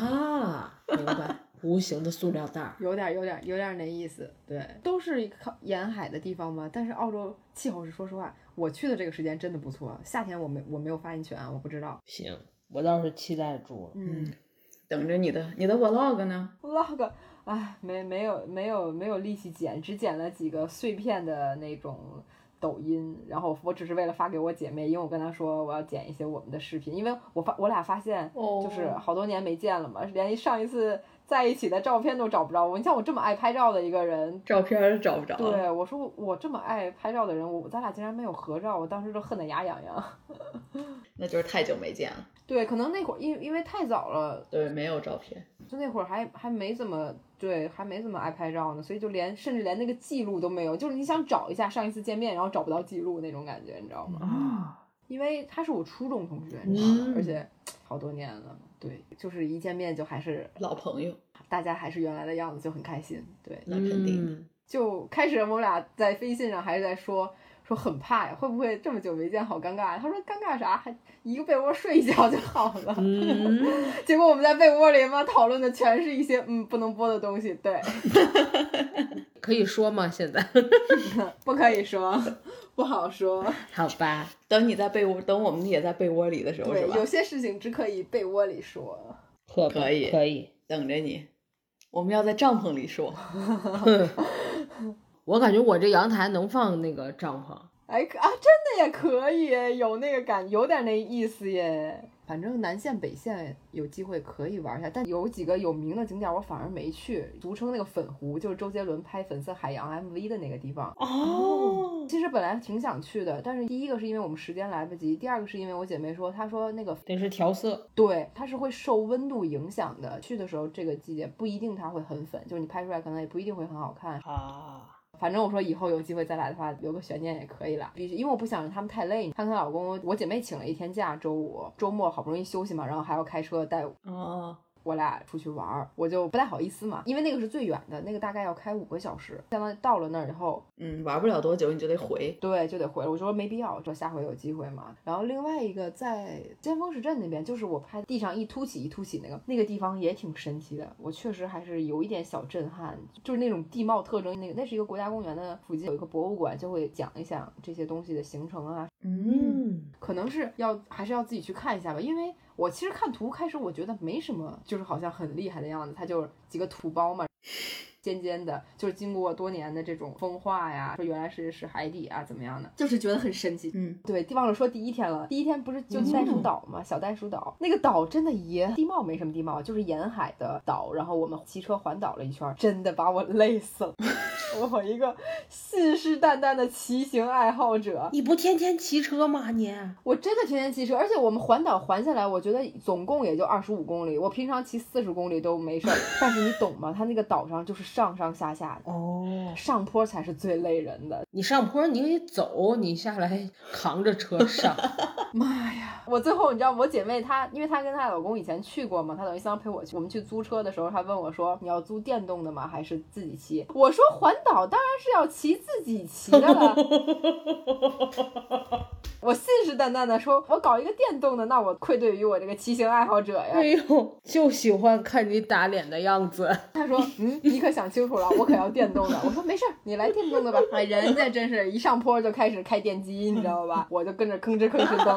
[SPEAKER 1] 啊，明白，无形的塑料袋儿。
[SPEAKER 3] 有点儿有点儿有点儿那意思，对，都是靠沿海的地方嘛。但是澳洲气候是，说实话，我去的这个时间真的不错。夏天我没我没有发言权啊，我不知道。
[SPEAKER 1] 行，我倒是期待住了。
[SPEAKER 3] 嗯
[SPEAKER 2] 等着你的你的 vlog 呢？
[SPEAKER 3] ，vlog，哎，没没有没有没有力气剪，只剪了几个碎片的那种抖音。然后我只是为了发给我姐妹，因为我跟她说我要剪一些我们的视频，因为我发我俩发现
[SPEAKER 2] 哦
[SPEAKER 3] 就是好多年没见了嘛，连上一次在一起的照片都找不着我。你像我这么爱拍照的一个人，
[SPEAKER 2] 照片儿找不着。
[SPEAKER 3] 对，我说我这么爱拍照的人，我咱俩竟然没有合照，我当时都恨得牙痒痒。
[SPEAKER 2] 那就是太久没见了。
[SPEAKER 3] 对，可能那会儿因因为太早了，
[SPEAKER 2] 对，没有照片。
[SPEAKER 3] 就那会儿还还没怎么对，还没怎么爱拍照呢，所以就连甚至连那个记录都没有，就是你想找一下上一次见面，然后找不到记录那种感觉，你知道吗？
[SPEAKER 2] 哦
[SPEAKER 1] 啊，
[SPEAKER 3] 因为他是我初中同学，你知道吗？而
[SPEAKER 1] 嗯
[SPEAKER 3] 且好多年了，对，就是一见面就还是
[SPEAKER 2] 老朋友，
[SPEAKER 3] 大家还是原来的样子，就很开心，对。
[SPEAKER 2] 那肯定。
[SPEAKER 1] 嗯
[SPEAKER 3] 就开始我们俩在微信上还是在说说很怕呀，会不会这么久没见好尴尬呀？他说尴尬啥，还一个被窝睡一觉就好了。
[SPEAKER 1] 嗯，
[SPEAKER 3] 结果我们在被窝里嘛讨论的全是一些嗯不能播的东西，对，
[SPEAKER 1] 可以说吗？现 在
[SPEAKER 3] 不可以说， 不 好说，
[SPEAKER 1] 好吧，
[SPEAKER 2] 等你在被窝，等我们也在被窝里的时候，
[SPEAKER 3] 对
[SPEAKER 2] 是，吧
[SPEAKER 3] 有？些事情只可以被窝里说。
[SPEAKER 1] 可
[SPEAKER 2] 可以
[SPEAKER 1] 可以。
[SPEAKER 2] 等着你，我们要在帐篷里说。
[SPEAKER 1] 我感觉我这阳台能放那个帐篷，
[SPEAKER 3] 哎可啊，真的也可以，有那个感，有点那意思耶。反正南线、北线有机会可以玩一下，但有几个有名的景点我反而没去，俗称那个粉湖，就是周杰伦拍《粉色海洋》MV 的那个地方。
[SPEAKER 1] 哦，
[SPEAKER 3] 其实本来挺想去的，但是第一个是因为我们时间来不及，第二个是因为我姐妹说，她说那个
[SPEAKER 1] 得是调色。
[SPEAKER 3] 对它是会受温度影响的，去的时候这个季节不一定它会很粉，就是你拍出来可能也不一定会很好看。
[SPEAKER 1] 啊，
[SPEAKER 3] 反正我说以后有机会再来的话，留个悬念也可以啦。必须，因为我不想让他们太累。她跟她老公，我姐妹请了一天假，周五周末好不容易休息嘛，然后还要开车带
[SPEAKER 2] 哦，
[SPEAKER 3] 我俩出去玩儿，我就不太好意思嘛，因为那个是最远的，那个大概要开五个小时，相当于到了那儿以后，
[SPEAKER 2] 嗯，玩不了多久你就得回。
[SPEAKER 3] 对，就得回了。我说没必要，说下回有机会嘛。然后另外一个在尖峰石镇那边，就是我拍地上一凸起一凸起那个那个地方也挺神奇的，我确实还是有一点小震撼，就是那种地貌特征。那个那是一个国家公园的附近有一个博物馆，就会讲一讲这些东西的形成啊，
[SPEAKER 2] 嗯，
[SPEAKER 3] 可能是要还是要自己去看一下吧，因为我其实看图开始我觉得没什么，就是好像很厉害的样子，它就几个土包嘛，尖尖的，就是经过多年的这种风化呀，说原来是是海底啊怎么样的，就是觉得很神奇。嗯
[SPEAKER 2] 嗯，
[SPEAKER 3] 对，忘了说第一天了，第一天不是就袋鼠岛嘛，小袋鼠岛那个岛真的也地貌没什么地貌，就是沿海的岛，然后我们骑车环岛了一圈，真的把我累死了， 我一个信誓旦旦的骑行爱好者，
[SPEAKER 1] 你不天天骑车吗？你
[SPEAKER 3] 我真的天天骑车，而且我们环岛环下来，我觉得总共也就二十五公里，我平常骑四十公里都没事儿。但是你懂吗？它那个岛上就是上上下下的，
[SPEAKER 1] 哦，
[SPEAKER 3] 上坡才是最累人的。
[SPEAKER 1] 你上坡你可以走，你下来扛着车上。
[SPEAKER 3] 妈呀！我最后你知道，我姐妹她，因为她跟她老公以前去过嘛，她等于相当陪我去。我们去租车的时候，她问我说：“你要租电动的吗？还是自己骑？”我说：“环岛当然是要骑自己骑的了。” 我信誓旦旦的说：“我搞一个电动的，那我愧对于我这个骑行爱好者呀。”
[SPEAKER 1] 哎呦，就喜欢看你打脸的样子。
[SPEAKER 3] 他说：“嗯，你可想清楚了，我可要电动的。”我说：“没事儿，你来电动的吧。”哎，人家真是一上坡就开始开电机，你知道吧？我就跟着吭哧吭哧蹬。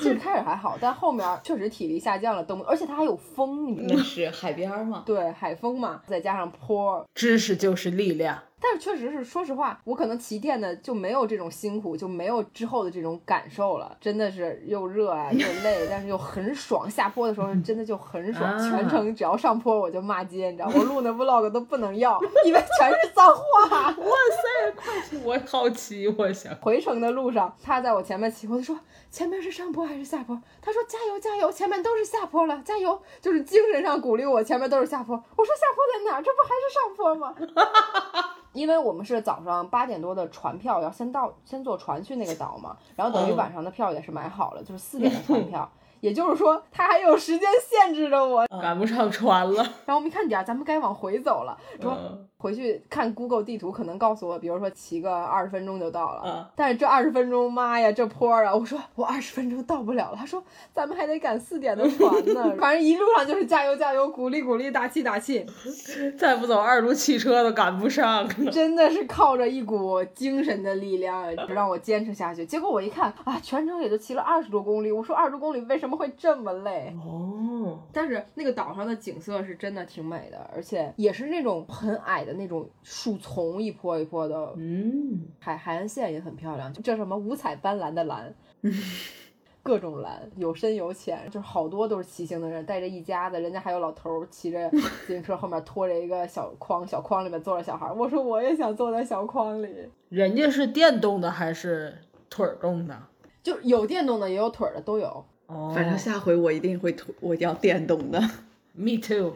[SPEAKER 3] 其实开始还好，但后面确实体力下降了，蹬不，而且它还有风，你知
[SPEAKER 2] 那
[SPEAKER 3] 道吗？
[SPEAKER 2] 是海边儿嘛。
[SPEAKER 3] 对，海风嘛，再加上坡，
[SPEAKER 1] 知识就是力量。
[SPEAKER 3] 但是确实是，说实话，我可能骑电的就没有这种辛苦，就没有之后的这种感受了。真的是又热啊，又累，但是又很爽。下坡的时候真的就很爽，
[SPEAKER 1] 啊
[SPEAKER 3] 全程只要上坡我就骂街，你知道，我录那 vlog 都不能要，因为全是脏话。
[SPEAKER 1] 我好奇，我想
[SPEAKER 3] 回程的路上，他在我前面骑，我就说前面是上坡还是下坡？他说加油加油，前面都是下坡了，加油！就是精神上鼓励我，前面都是下坡。我说下坡在哪儿？这不还是上坡吗？ 因为我们是早上八点多的船票，要先到先坐船去那个岛嘛，然后等于晚上的票也是买好了，就是四点的船票。 也就是说，它还有时间限制着我。
[SPEAKER 2] 啊
[SPEAKER 1] 赶不上船了。
[SPEAKER 3] 然后我们一看点儿，咱们该往回走了。说
[SPEAKER 1] 嗯
[SPEAKER 3] 回去看 Google 地图，可能告诉我，比如说骑个二十分钟就到了。
[SPEAKER 1] 嗯
[SPEAKER 3] 但是这二十分钟，妈呀，这坡儿啊！我说我二十分钟到不了了。他说咱们还得赶四点的船 呢。反正一路上就是加油加油，鼓励鼓励，打气打气，
[SPEAKER 1] 再不走，二路汽车都赶不上了。
[SPEAKER 3] 真的是靠着一股精神的力量让我坚持下去。结果我一看啊，全程也就骑了二十多公里。我说二十多公里为什么会这么累？
[SPEAKER 1] 哦，
[SPEAKER 3] 但是那个岛上的景色是真的挺美的，而且也是那种很矮的那种树丛，一坡一坡的，
[SPEAKER 1] 嗯，
[SPEAKER 3] 海海岸线也很漂亮，就这什么五彩斑斓的蓝，各种蓝，有深有浅，就是好多都是骑行的人，带着一家子，人家还有老头儿骑着自行车，后面拖着一个小筐，小筐里面坐着小孩儿。我说我也想坐在小筐里，
[SPEAKER 1] 人家是电动的还是腿儿动的？
[SPEAKER 3] 就有电动的也有腿儿的都有，
[SPEAKER 1] 哦，
[SPEAKER 2] 反正下回我一定会涂，我要电动的。
[SPEAKER 1] me too。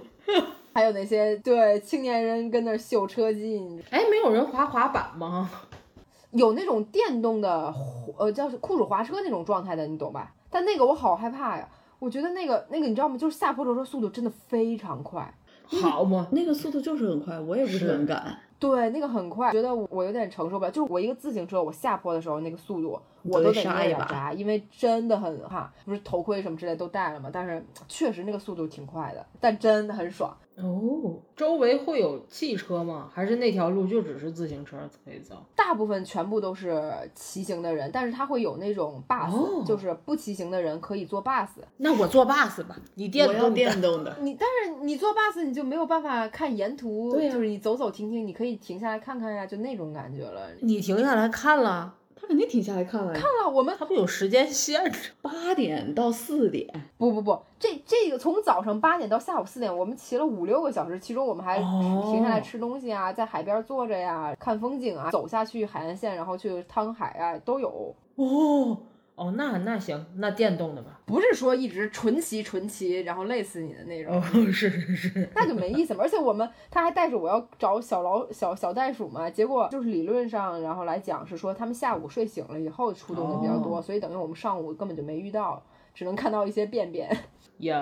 [SPEAKER 3] 还有那些对青年人跟那儿秀车技，你
[SPEAKER 1] 哎，没有人滑滑板吗？
[SPEAKER 3] 有那种电动的滑，呃，叫是酷暑滑车那种状态的，你懂吧？但那个我好害怕呀！我觉得那个那个你知道吗？就是下坡的时候速度真的非常快，
[SPEAKER 1] 好嘛，
[SPEAKER 2] 那个速度就是很快，我也不是
[SPEAKER 1] 是
[SPEAKER 2] 很敢。
[SPEAKER 3] 对，那个很快，觉得我有点承受不了。就是我一个自行车，我下坡的时候那个速度，
[SPEAKER 2] 你
[SPEAKER 3] 我
[SPEAKER 2] 都
[SPEAKER 3] 都
[SPEAKER 2] 得
[SPEAKER 3] 得
[SPEAKER 2] 刹
[SPEAKER 3] 捏
[SPEAKER 2] 一
[SPEAKER 3] 点
[SPEAKER 2] 把
[SPEAKER 3] 闸，因为真的很怕。不是头盔什么之类都戴了嘛，但是确实那个速度挺快的，但真的很爽。
[SPEAKER 1] 哦，周围会有汽车吗？还是那条路就只是自行车可以走？
[SPEAKER 3] 大部分全部都是骑行的人，但是他会有那种 bus，、
[SPEAKER 1] 哦
[SPEAKER 3] 就是不骑行的人可以坐 bus，
[SPEAKER 1] 那我坐 bus 吧，你电
[SPEAKER 2] 我
[SPEAKER 1] 动
[SPEAKER 2] 要
[SPEAKER 1] 的
[SPEAKER 2] 电动的。
[SPEAKER 3] 你但是你坐 bus 你就没有办法看沿途，
[SPEAKER 1] 对呀
[SPEAKER 3] 就是你走走停停，你可以停下来看看呀，就那种感觉了。
[SPEAKER 1] 你停下来看了，
[SPEAKER 2] 他肯定停下来看了呀。
[SPEAKER 3] 看了我们
[SPEAKER 1] 它不有时间限制？
[SPEAKER 2] 八点到四点，
[SPEAKER 3] 不不不，这这个从早上八点到下午四点，我们骑了五六个小时，其中我们还
[SPEAKER 1] 哦
[SPEAKER 3] 停下来吃东西啊，在海边坐着呀，看风景啊，走下去海岸线，然后去趟海啊，都有。
[SPEAKER 1] 哦哦，那那行，那电动的吧。
[SPEAKER 3] 不是说一直纯骑纯骑，然后累死你的那种。
[SPEAKER 1] 哦，是是是，
[SPEAKER 3] 那就没意思嘛。而且我们他还带着我要找小老小小袋鼠嘛，结果就是理论上然后来讲是说他们下午睡醒了以后出动的比较多，
[SPEAKER 1] 哦
[SPEAKER 3] 所以等于我们上午根本就没遇到，只能看到一些便便。
[SPEAKER 1] 有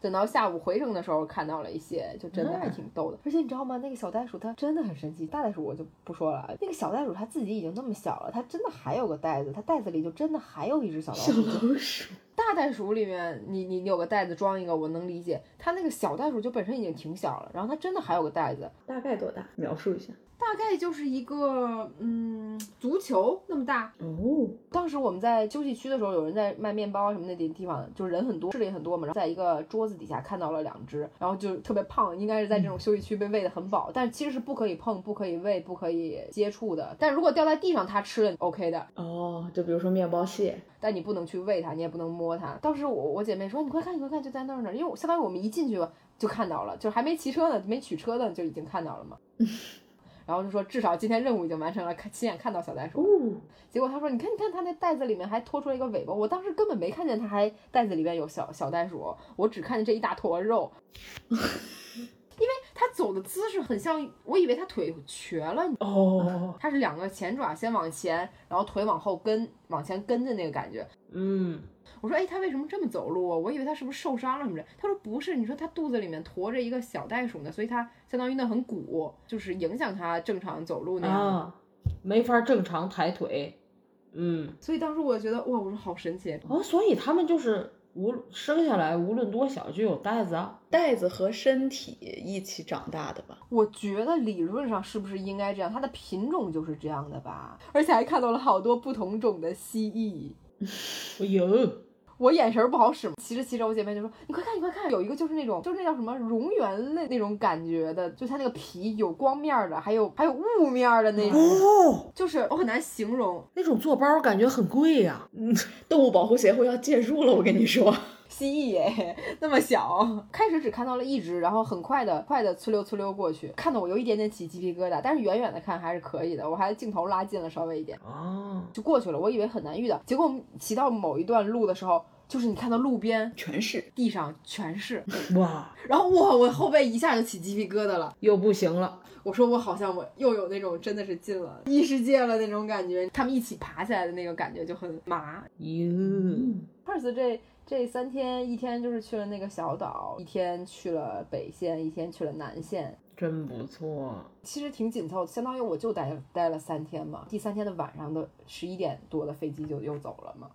[SPEAKER 3] 等到下午回程的时候看到了一些，就真的还
[SPEAKER 1] 嗯
[SPEAKER 3] 挺逗的。而且你知道吗？那个小袋鼠它真的很神奇，大袋鼠我就不说了啊，那个小袋鼠它自己已经那么小了，它真的还有个袋子，它袋子里就真的还有一只小老
[SPEAKER 2] 小
[SPEAKER 3] 鼠。
[SPEAKER 2] 老鼠。
[SPEAKER 3] 大袋鼠里面，你你你有个袋子装一个，我能理解。它那个小袋鼠就本身已经挺小了，然后它真的还有个袋子，
[SPEAKER 2] 大概多大？描述一下。
[SPEAKER 3] 大概就是一个嗯足球那么大。
[SPEAKER 2] 哦，
[SPEAKER 3] 当时我们在休息区的时候，有人在卖面包啊什么那地地方，就是人很多，吃的也很多嘛。然后在一个桌子底下看到了两只，然后就特别胖，应该是在这种休息区被喂得很饱，但其实是不可以碰、不可以喂、不可以接触的。但如果掉在地上，它吃了 OK 的。
[SPEAKER 2] 哦，就比如说面包蟹，
[SPEAKER 3] 但你不能去喂它，你也不能摸它。当时我我姐妹说：“你快看，你快看，就在那儿呢。”因为我相当于我们一进去吧，就看到了，就是还没骑车呢，没取车呢，就已经看到了嘛。然后就说至少今天任务已经完成了，看亲眼看到小袋鼠。
[SPEAKER 1] 哦，
[SPEAKER 3] 结果她说：“你看，你看，它那袋子里面还拖出来一个尾巴。”我当时根本没看见它还袋子里面有小小袋鼠，我只看见这一大坨肉。因为它走的姿势很像，我以为它腿瘸了，
[SPEAKER 1] 哦，
[SPEAKER 3] 它是两个前爪先往前，然后腿往后跟，往前跟的那个感觉。
[SPEAKER 1] 嗯，
[SPEAKER 3] 我说，哎，他为什么这么走路啊？我以为他是不是受伤了什么的。他说不是，你说他肚子里面驮着一个小袋鼠呢，所以他相当于那很鼓，就是影响他正常走路那样。
[SPEAKER 1] 啊，没法正常抬腿，嗯，
[SPEAKER 3] 所以当时我觉得，哇，我说好神奇。
[SPEAKER 1] 哦，所以他们就是无论生下来无论多小就有袋子啊，
[SPEAKER 2] 袋子和身体一起长大的吧？
[SPEAKER 3] 我觉得理论上是不是应该这样？它的品种就是这样的吧，而且还看到了好多不同种的蜥蜴。
[SPEAKER 1] 哎呦，
[SPEAKER 3] 我眼神儿不好使嘛，骑着骑着，我姐妹就说：“你快看，你快看，有一个就是那种，就是那叫什么蝾螈类那种感觉的，就它那个皮有光面儿的，还有还有雾面儿的那种，
[SPEAKER 1] 哦，
[SPEAKER 3] 就是我很难形容。
[SPEAKER 1] 那种坐包感觉很贵呀、
[SPEAKER 2] 动物保护协会要介入了，我跟你说。
[SPEAKER 3] 蜥蜴耶，E， 那么小，开始只看到了一只，然后很快的快的呲溜呲溜过去，看得我有一点点起鸡皮疙瘩，但是远远的看还是可以的，我还镜头拉近了稍微一点
[SPEAKER 1] 哦，
[SPEAKER 3] 就过去了，我以为很难遇到，结果我们骑到某一段路的时候，就是你看到路边、
[SPEAKER 2] 全是
[SPEAKER 3] 地上全是，
[SPEAKER 1] 哇，
[SPEAKER 3] 然后哇，我后背一下就起鸡皮疙瘩了。
[SPEAKER 1] 又不行了，
[SPEAKER 3] 我说我好像我又有那种真的是进了异世界了那种感觉，他们一起爬起来的那个感觉就很麻。
[SPEAKER 1] 哟，嗯
[SPEAKER 3] Pers 这这三天，一天就是去了那个小岛，一天去了北线，一天去了南线，
[SPEAKER 1] 真不错，
[SPEAKER 3] 其实挺紧凑，相当于我就待待了三天嘛。第三天的晚上的十一点多的飞机就又走了嘛。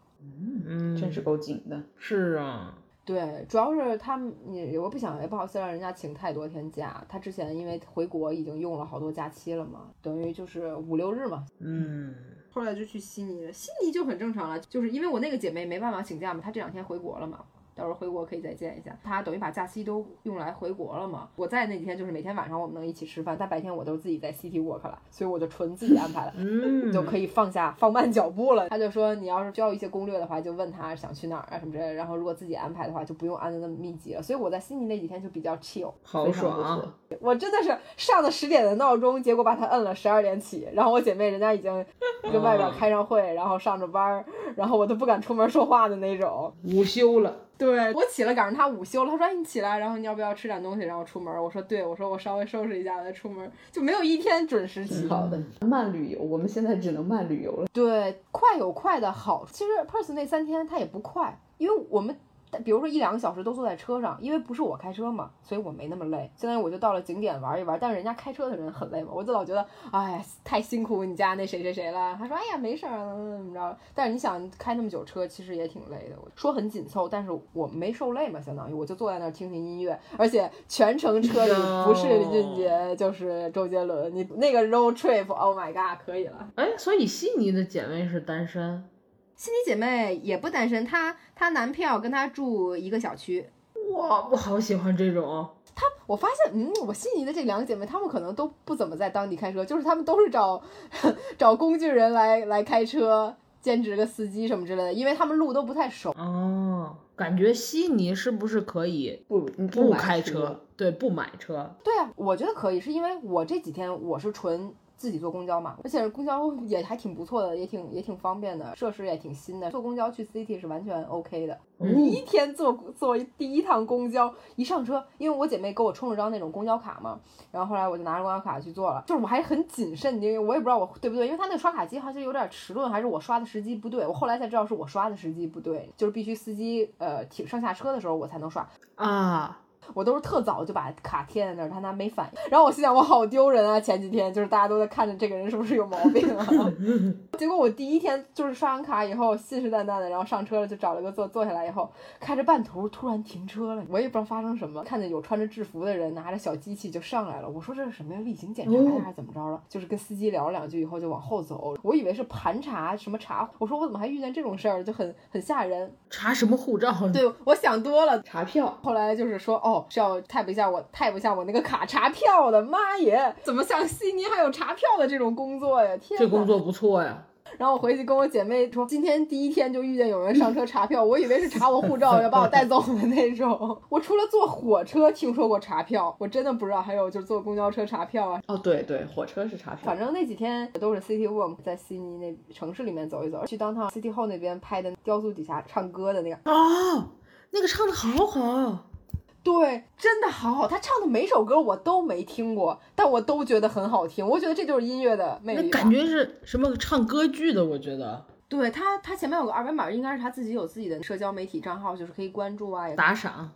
[SPEAKER 1] 嗯，
[SPEAKER 2] 真是够紧的。
[SPEAKER 1] 是啊，
[SPEAKER 3] 对，主要是他们，你我不想也不好意思让人家请太多天假。他之前因为回国已经用了好多假期了嘛，等于就是五六日嘛。
[SPEAKER 1] 嗯，
[SPEAKER 3] 后来就去悉尼了，悉尼就很正常了，就是因为我那个姐妹没办法请假嘛，她这两天回国了嘛。到时候回国可以再见一下，她等于把假期都用来回国了嘛。我在那几天就是每天晚上我们能一起吃饭，但白天我都是自己在 City Walk 了，所以我就纯自己安排了。
[SPEAKER 1] 嗯，
[SPEAKER 3] 就可以放下放慢脚步了。他就说，你要是需要一些攻略的话，就问他想去哪儿啊什么之类的。然后如果自己安排的话，就不用安的那么密集了。所以我在悉尼那几天就比较 chill，
[SPEAKER 1] 豪
[SPEAKER 2] 非常
[SPEAKER 1] 爽
[SPEAKER 2] 不
[SPEAKER 1] 啊，
[SPEAKER 2] 错，
[SPEAKER 3] 我真的是上的十点的闹钟，结果把它摁了十二点起。然后我姐妹人家已 经跟外边开上会，然后上着班儿，然后我都不敢出门说话的那种。
[SPEAKER 1] 午休了，
[SPEAKER 3] 对我起了，赶上他午休了，他说哎你起来，然后你要不要吃点东西，然后出门。我说对，我说我稍微收拾一下再出门，就没有一天准时起。
[SPEAKER 2] 好的，慢旅游，我们现在只能慢旅游了。
[SPEAKER 3] 对，快有快的好处。其实 Pers 那三天它也不快，因为我们比如说一两个小时都坐在车上，因为不是我开车嘛，所以我没那么累。相当于我就到了景点玩一玩，但是人家开车的人很累嘛，我就老觉得哎呀太辛苦你家那谁谁谁了。他说哎呀没事儿，怎么怎么着。但是你想开那么久车，其实也挺累的。我说很紧凑，但是我没受累嘛，相当于我就坐在那儿听听音乐，而且全程车里不是林俊杰就是周杰伦，你那个 road trip，Oh my god，可以了。
[SPEAKER 1] 哎，所以悉尼的姐妹是单身，
[SPEAKER 3] 悉尼姐妹也不单身，她她男票跟她住一个小区。
[SPEAKER 1] 哇，我好喜欢这种，
[SPEAKER 3] 我发现，嗯，我悉尼的这两个姐妹，她们可能都不怎么在当地开车，就是她们都是找 找工具人来来开车，兼职个司机什么之类的，因为她们路都不太熟。
[SPEAKER 1] 哦，感觉悉尼是不是可以
[SPEAKER 2] 不，你
[SPEAKER 1] 不
[SPEAKER 2] 买
[SPEAKER 1] 开
[SPEAKER 2] 车，
[SPEAKER 1] 车？对，不买车，
[SPEAKER 3] 对啊，我觉得可以，是因为我这几天我是纯自己坐公交嘛，而且公交 也还挺不错的，也挺也挺方便的，设施也挺新的。坐公交去 City 是完全 OK 的。
[SPEAKER 1] 嗯
[SPEAKER 3] 你一天坐坐第一趟公交，一上车，因为我姐妹给我充了张那种公交卡嘛，然后后来我就拿着公交卡去做了，就是我还很谨慎，因为我也不知道我对不对，因为他那个刷卡机好像有点迟钝，还是我刷的时机不对，我后来才知道是我刷的时机不对，就是必须司机呃停上下车的时候我才能刷，
[SPEAKER 1] 啊，
[SPEAKER 3] 我都是特早就把卡贴在那儿，但他没反应。然后我心想，我好丢人啊！前几天就是大家都在看着这个人是不是有毛病啊。结果我第一天就是刷完卡以后，信誓旦旦的，然后上车了，就找了个座坐下来以后，开着半途突然停车了，我也不知道发生什么，看见有穿着制服的人拿着小机器就上来了，我说这是什么呀？例行检查呀，还是怎么着了？就是跟司机聊了两句以后就往后走，我以为是盘查什么查，我说我怎么还遇见这种事儿，就很很吓人。
[SPEAKER 1] 查什么护照？
[SPEAKER 3] 对，我想多了。
[SPEAKER 2] 查票，
[SPEAKER 3] 后来就是说，哦，是要 tap 一下我 tap 一下我那个卡查票的，妈耶，怎么像悉尼还有查票的这种工作呀？天哪！
[SPEAKER 1] 这工作不错呀，
[SPEAKER 3] 然后我回去跟我姐妹说，今天第一天就遇见有人上车查票，我以为是查我护照要把我带走的那种。 我除了坐火车听说过查票，我真的不知道还有就是坐公交车查票啊。
[SPEAKER 2] 哦，对对，火车是查票
[SPEAKER 3] 反。正那几天都是 City Walk，在悉尼那城市里面走一走，去 downtown City Hall 那边拍的雕塑底下唱歌的那个，
[SPEAKER 1] 哦，那个唱的好好，
[SPEAKER 3] 对，真的好好，他唱的每首歌我都没听过，但我都觉得很好听。我觉得这就是音乐的魅
[SPEAKER 1] 那
[SPEAKER 3] 力吧。
[SPEAKER 1] 感觉是什么唱歌剧的？我觉得
[SPEAKER 3] 对他，他前面有个二维码，应该是他自己有自己的社交媒体账号，就是可以关注啊。也
[SPEAKER 1] 打赏，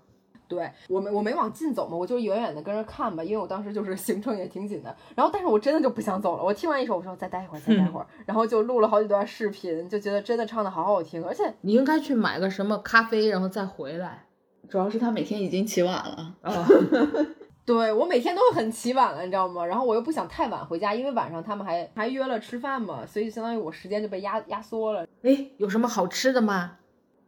[SPEAKER 3] 对我没我没往近走嘛，我就远远的跟着看吧，因为我当时就是行程也挺紧的。然后，但是我真的就不想走了。我听完一首，我说再待一会儿，再待 一会儿，然后就录了好几段视频，就觉得真的唱的好好听，而且
[SPEAKER 1] 你应该去买个什么咖啡，然后再回来
[SPEAKER 2] 主要是他每天已经起晚了，
[SPEAKER 1] 啊。
[SPEAKER 3] 对我每天都很起晚了，你知道吗？然后我又不想太晚回家，因为晚上他们还还约了吃饭嘛，所以相当于我时间就被压压缩了。
[SPEAKER 1] 哎，有什么好吃的吗？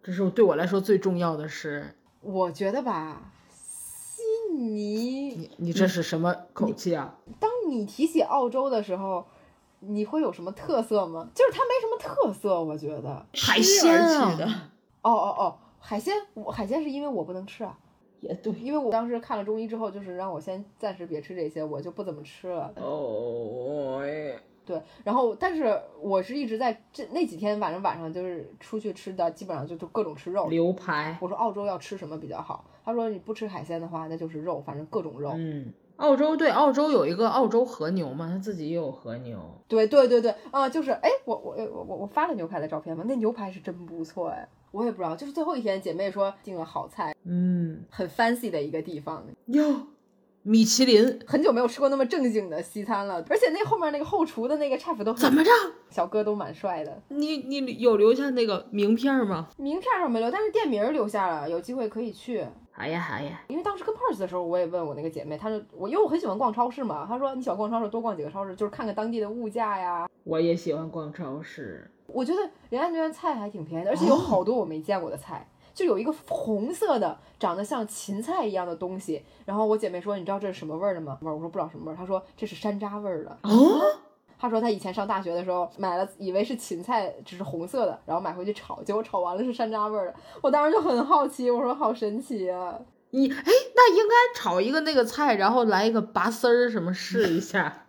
[SPEAKER 1] 这是对我来说最重要的事。
[SPEAKER 3] 我觉得吧，悉尼，
[SPEAKER 1] 你嗯你这是什么口气啊？
[SPEAKER 3] 当你提起澳洲的时候，你会有什么特色吗？就是它没什么特色，我觉得。
[SPEAKER 1] 海
[SPEAKER 2] 吃而
[SPEAKER 1] 鲜
[SPEAKER 2] 起
[SPEAKER 1] 啊，
[SPEAKER 2] 的，
[SPEAKER 3] 哦哦哦，海鲜，我海鲜是因为我不能吃啊。
[SPEAKER 1] 也对
[SPEAKER 3] 因为我当时看了中医之后，就是让我先暂时别吃这些，我就不怎么吃了。
[SPEAKER 1] 哦，哎
[SPEAKER 3] 对，然后但是我是一直在这那几天，反正晚上就是出去吃的，基本上就就各种吃肉。
[SPEAKER 1] 牛排，
[SPEAKER 3] 我说澳洲要吃什么比较好？他说你不吃海鲜的话，那就是肉，反正各种肉。
[SPEAKER 1] 嗯，澳洲对，澳洲有一个澳洲和牛嘛，他自己也有和牛，
[SPEAKER 3] 对对对对，啊、就是哎，我我我我我发了牛排的照片吗？那牛排是真不错哎，我也不知道，就是最后一天姐妹说订了好菜，
[SPEAKER 1] 嗯，
[SPEAKER 3] 很 fancy 的一个地方，
[SPEAKER 1] 哟，米其林
[SPEAKER 3] 很久没有吃过那么正经的西餐了，而且那后面那个后厨的那个 chef 都很
[SPEAKER 1] 怎么着？
[SPEAKER 3] 小哥都蛮帅的，
[SPEAKER 1] 你你有留下那个名片儿吗？
[SPEAKER 3] 名片上没留，但是店名儿留下了，有机会可以去。
[SPEAKER 1] 好呀好呀，
[SPEAKER 3] 因为当时跟 Pers 的时候，我也问我那个姐妹，她说我因为我很喜欢逛超市嘛，她说你喜欢逛超市，多逛几个超市，就是看看当地的物价呀。
[SPEAKER 1] 我也喜欢逛超市，
[SPEAKER 3] 我觉得仁爱那边菜还挺便宜的，而且有好多我没见过的菜。就有一个红色的，长得像芹菜一样的东西，然后我姐妹说：“你知道这是什么味儿的吗？”我说：“不知道什么味儿。”她说：“这是山楂味儿的。”
[SPEAKER 1] 哦，
[SPEAKER 3] 他说他以前上大学的时候买了，以为是芹菜，只是红色的，然后买回去炒，结果炒完了是山楂味儿的。我当时就很好奇，我说好神奇啊！
[SPEAKER 1] 你哎，那应该炒一个那个菜，然后来一个拔丝儿什么试一 下。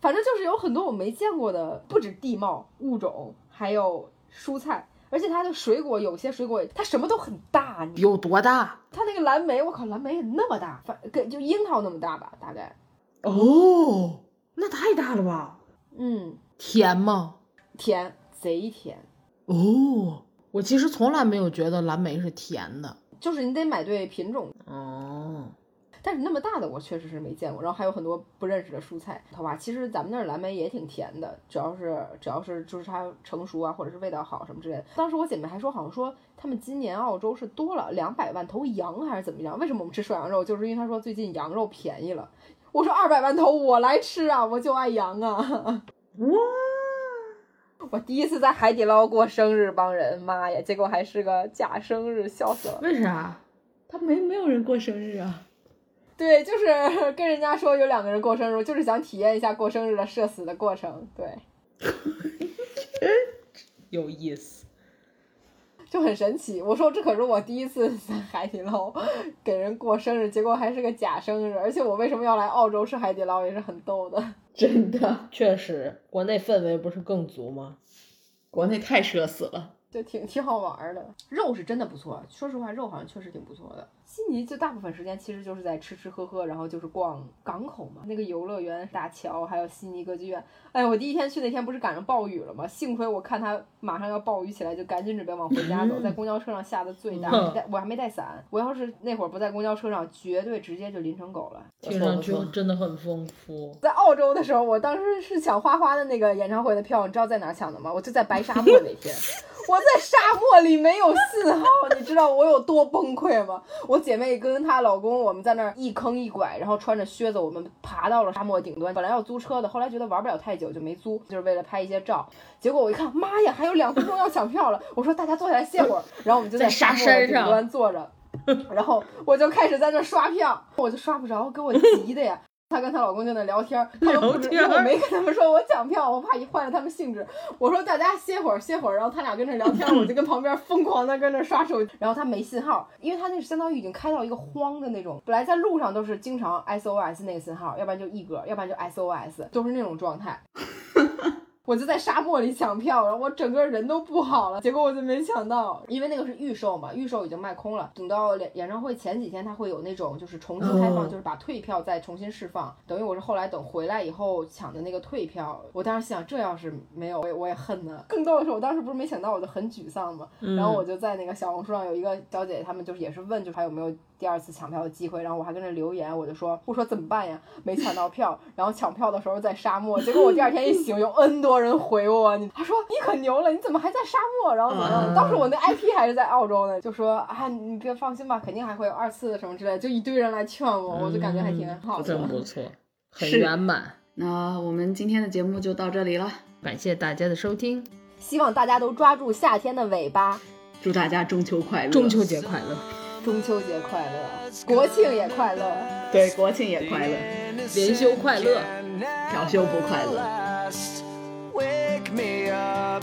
[SPEAKER 3] 反正就是有很多我没见过的，不止地貌、物种，还有蔬菜，而且它的水果有些水果它什么都很大，你
[SPEAKER 1] 有多大？
[SPEAKER 3] 它那个蓝莓，我靠，蓝莓也那么大，反跟就樱桃那么大吧，大概，
[SPEAKER 1] 哦，那太大了吧？
[SPEAKER 3] 嗯，
[SPEAKER 1] 甜吗？
[SPEAKER 3] 甜，贼甜，
[SPEAKER 1] 哦，我其实从来没有觉得蓝莓是甜的。
[SPEAKER 3] 就是你得买对品种，
[SPEAKER 1] 哦，
[SPEAKER 3] 但是那么大的我确实是没见过，然后还有很多不认识的蔬菜，好吧？其实咱们那儿蓝莓也挺甜的，只要是只要是就是它成熟啊，或者是味道好什么之类的。当时我姐妹还说，好像说他们今年澳洲是多了两百万头羊还是怎么样？为什么我们吃涮羊肉？就是因为她说最近羊肉便宜了。我说二百万头我来吃啊，我就爱羊啊！
[SPEAKER 1] 哇，
[SPEAKER 3] 我第一次在海底捞过生日帮人，妈呀！结果还是个假生日，笑死了。
[SPEAKER 1] 为啥？
[SPEAKER 2] 他没没有人过生日啊。
[SPEAKER 3] 对，就是 跟人家说有两个人过生日，我就是想体验一下过生日的社死的过程。对，
[SPEAKER 1] 有意思。
[SPEAKER 3] 就很神奇。我说这可是我第一次 在海底捞给人过生日，结果还是个假生日。而且我为什么要来澳洲吃海底捞也是很逗的。
[SPEAKER 2] 真的，
[SPEAKER 1] 确实，国内氛围不是更足吗？
[SPEAKER 2] 国内太社死了。
[SPEAKER 3] 就挺挺好玩儿的，肉是真的不错。说实话，肉好像确实挺不错的。悉尼就大部分时间其实就是在吃吃喝喝，然后就是逛港口嘛，那个游乐园、大桥，还有悉尼歌剧院。哎，我第一天去那天不是赶上暴雨了吗？幸亏我看它马上要暴雨起来，就赶紧准备往回家走，在公交车上下的最大，没带我还没带伞。我要是那会儿不在公交车上，绝对直接就淋成狗了。
[SPEAKER 2] 不
[SPEAKER 1] 听
[SPEAKER 2] 错
[SPEAKER 1] 上
[SPEAKER 2] 不
[SPEAKER 1] 去
[SPEAKER 2] 错
[SPEAKER 1] 真的很丰富。
[SPEAKER 3] 在澳洲的时候，我当时是抢花花的那个演唱会的票，你知道在哪儿抢的吗？我就在白沙漠那 天，我在沙漠里没有信号，你知道我有多崩溃吗？我姐妹跟她老公，我们在那儿一坑一拐，然后穿着靴子，我们爬到了沙漠顶端。本来要租车的，后来觉得玩不了太久，就没租，就是为了拍一些照。结果我一看，妈呀，还有两分钟要抢票了！我说大家坐下来歇会儿，然后我们就
[SPEAKER 1] 在
[SPEAKER 3] 沙
[SPEAKER 1] 沙
[SPEAKER 3] 漠的
[SPEAKER 1] 山
[SPEAKER 3] 顶
[SPEAKER 1] 上
[SPEAKER 3] 端坐着。然后我就开始在那刷票，我就刷不着，给我急的呀。她跟她老公就在那聊天儿，她都不知，因
[SPEAKER 1] 聊天儿
[SPEAKER 3] 为我没跟他们说我抢票，我怕一坏了他们兴致。我说大家歇会儿，歇会儿，然后他俩跟那聊天儿，我就跟旁边疯狂的跟那刷手机。然后他没信号，因为他那相当于已经开到一个荒的那种，本来在路上都是经常 SOS 那个信号，要不然就一格，要不然就 SOS，都是那种状态。我就在沙漠里抢票，然后我整个人都不好了，结果我就没抢到，因为那个是预售嘛，预售已经卖空了。等到演演唱会前几天，它会有那种就是重新开放，
[SPEAKER 1] 哦
[SPEAKER 3] 就是把退票再重新释放。等于我是后来等回来以后抢的那个退票，我当时想，这要是没有，我也我也恨呢。更逗的是，我当时不是没抢到，我就很沮丧嘛。然后我就在那个小红书上有一个小姐姐，她们就是也是问，就是还有没有第二次抢票的机会，然后我还跟着留言，我就说我说怎么办呀，没抢到票， 然后抢票的时候在沙漠，结果我第二天一醒有 N 多人回我，你他说你可牛了，你怎么还在沙漠？然后怎么样？
[SPEAKER 1] 啊
[SPEAKER 3] 当时我那 IP 还是在澳洲呢，就说啊你别放心吧，肯定还会有二次什么之类的，就一堆人来劝我，我就感觉还挺好的。
[SPEAKER 1] 嗯真不错，很
[SPEAKER 2] 是
[SPEAKER 1] 圆满。
[SPEAKER 2] 那我们今天的节目就到这里了，
[SPEAKER 1] 感谢大家的收听，
[SPEAKER 3] 希望大家都抓住夏天的尾巴，
[SPEAKER 2] 祝大家中秋快乐，
[SPEAKER 1] 中秋节快乐！
[SPEAKER 3] 中秋节快乐，国庆也快乐。
[SPEAKER 2] 对国庆也快乐，
[SPEAKER 1] 连休快乐
[SPEAKER 2] 调休不快乐。
[SPEAKER 4] Wake me up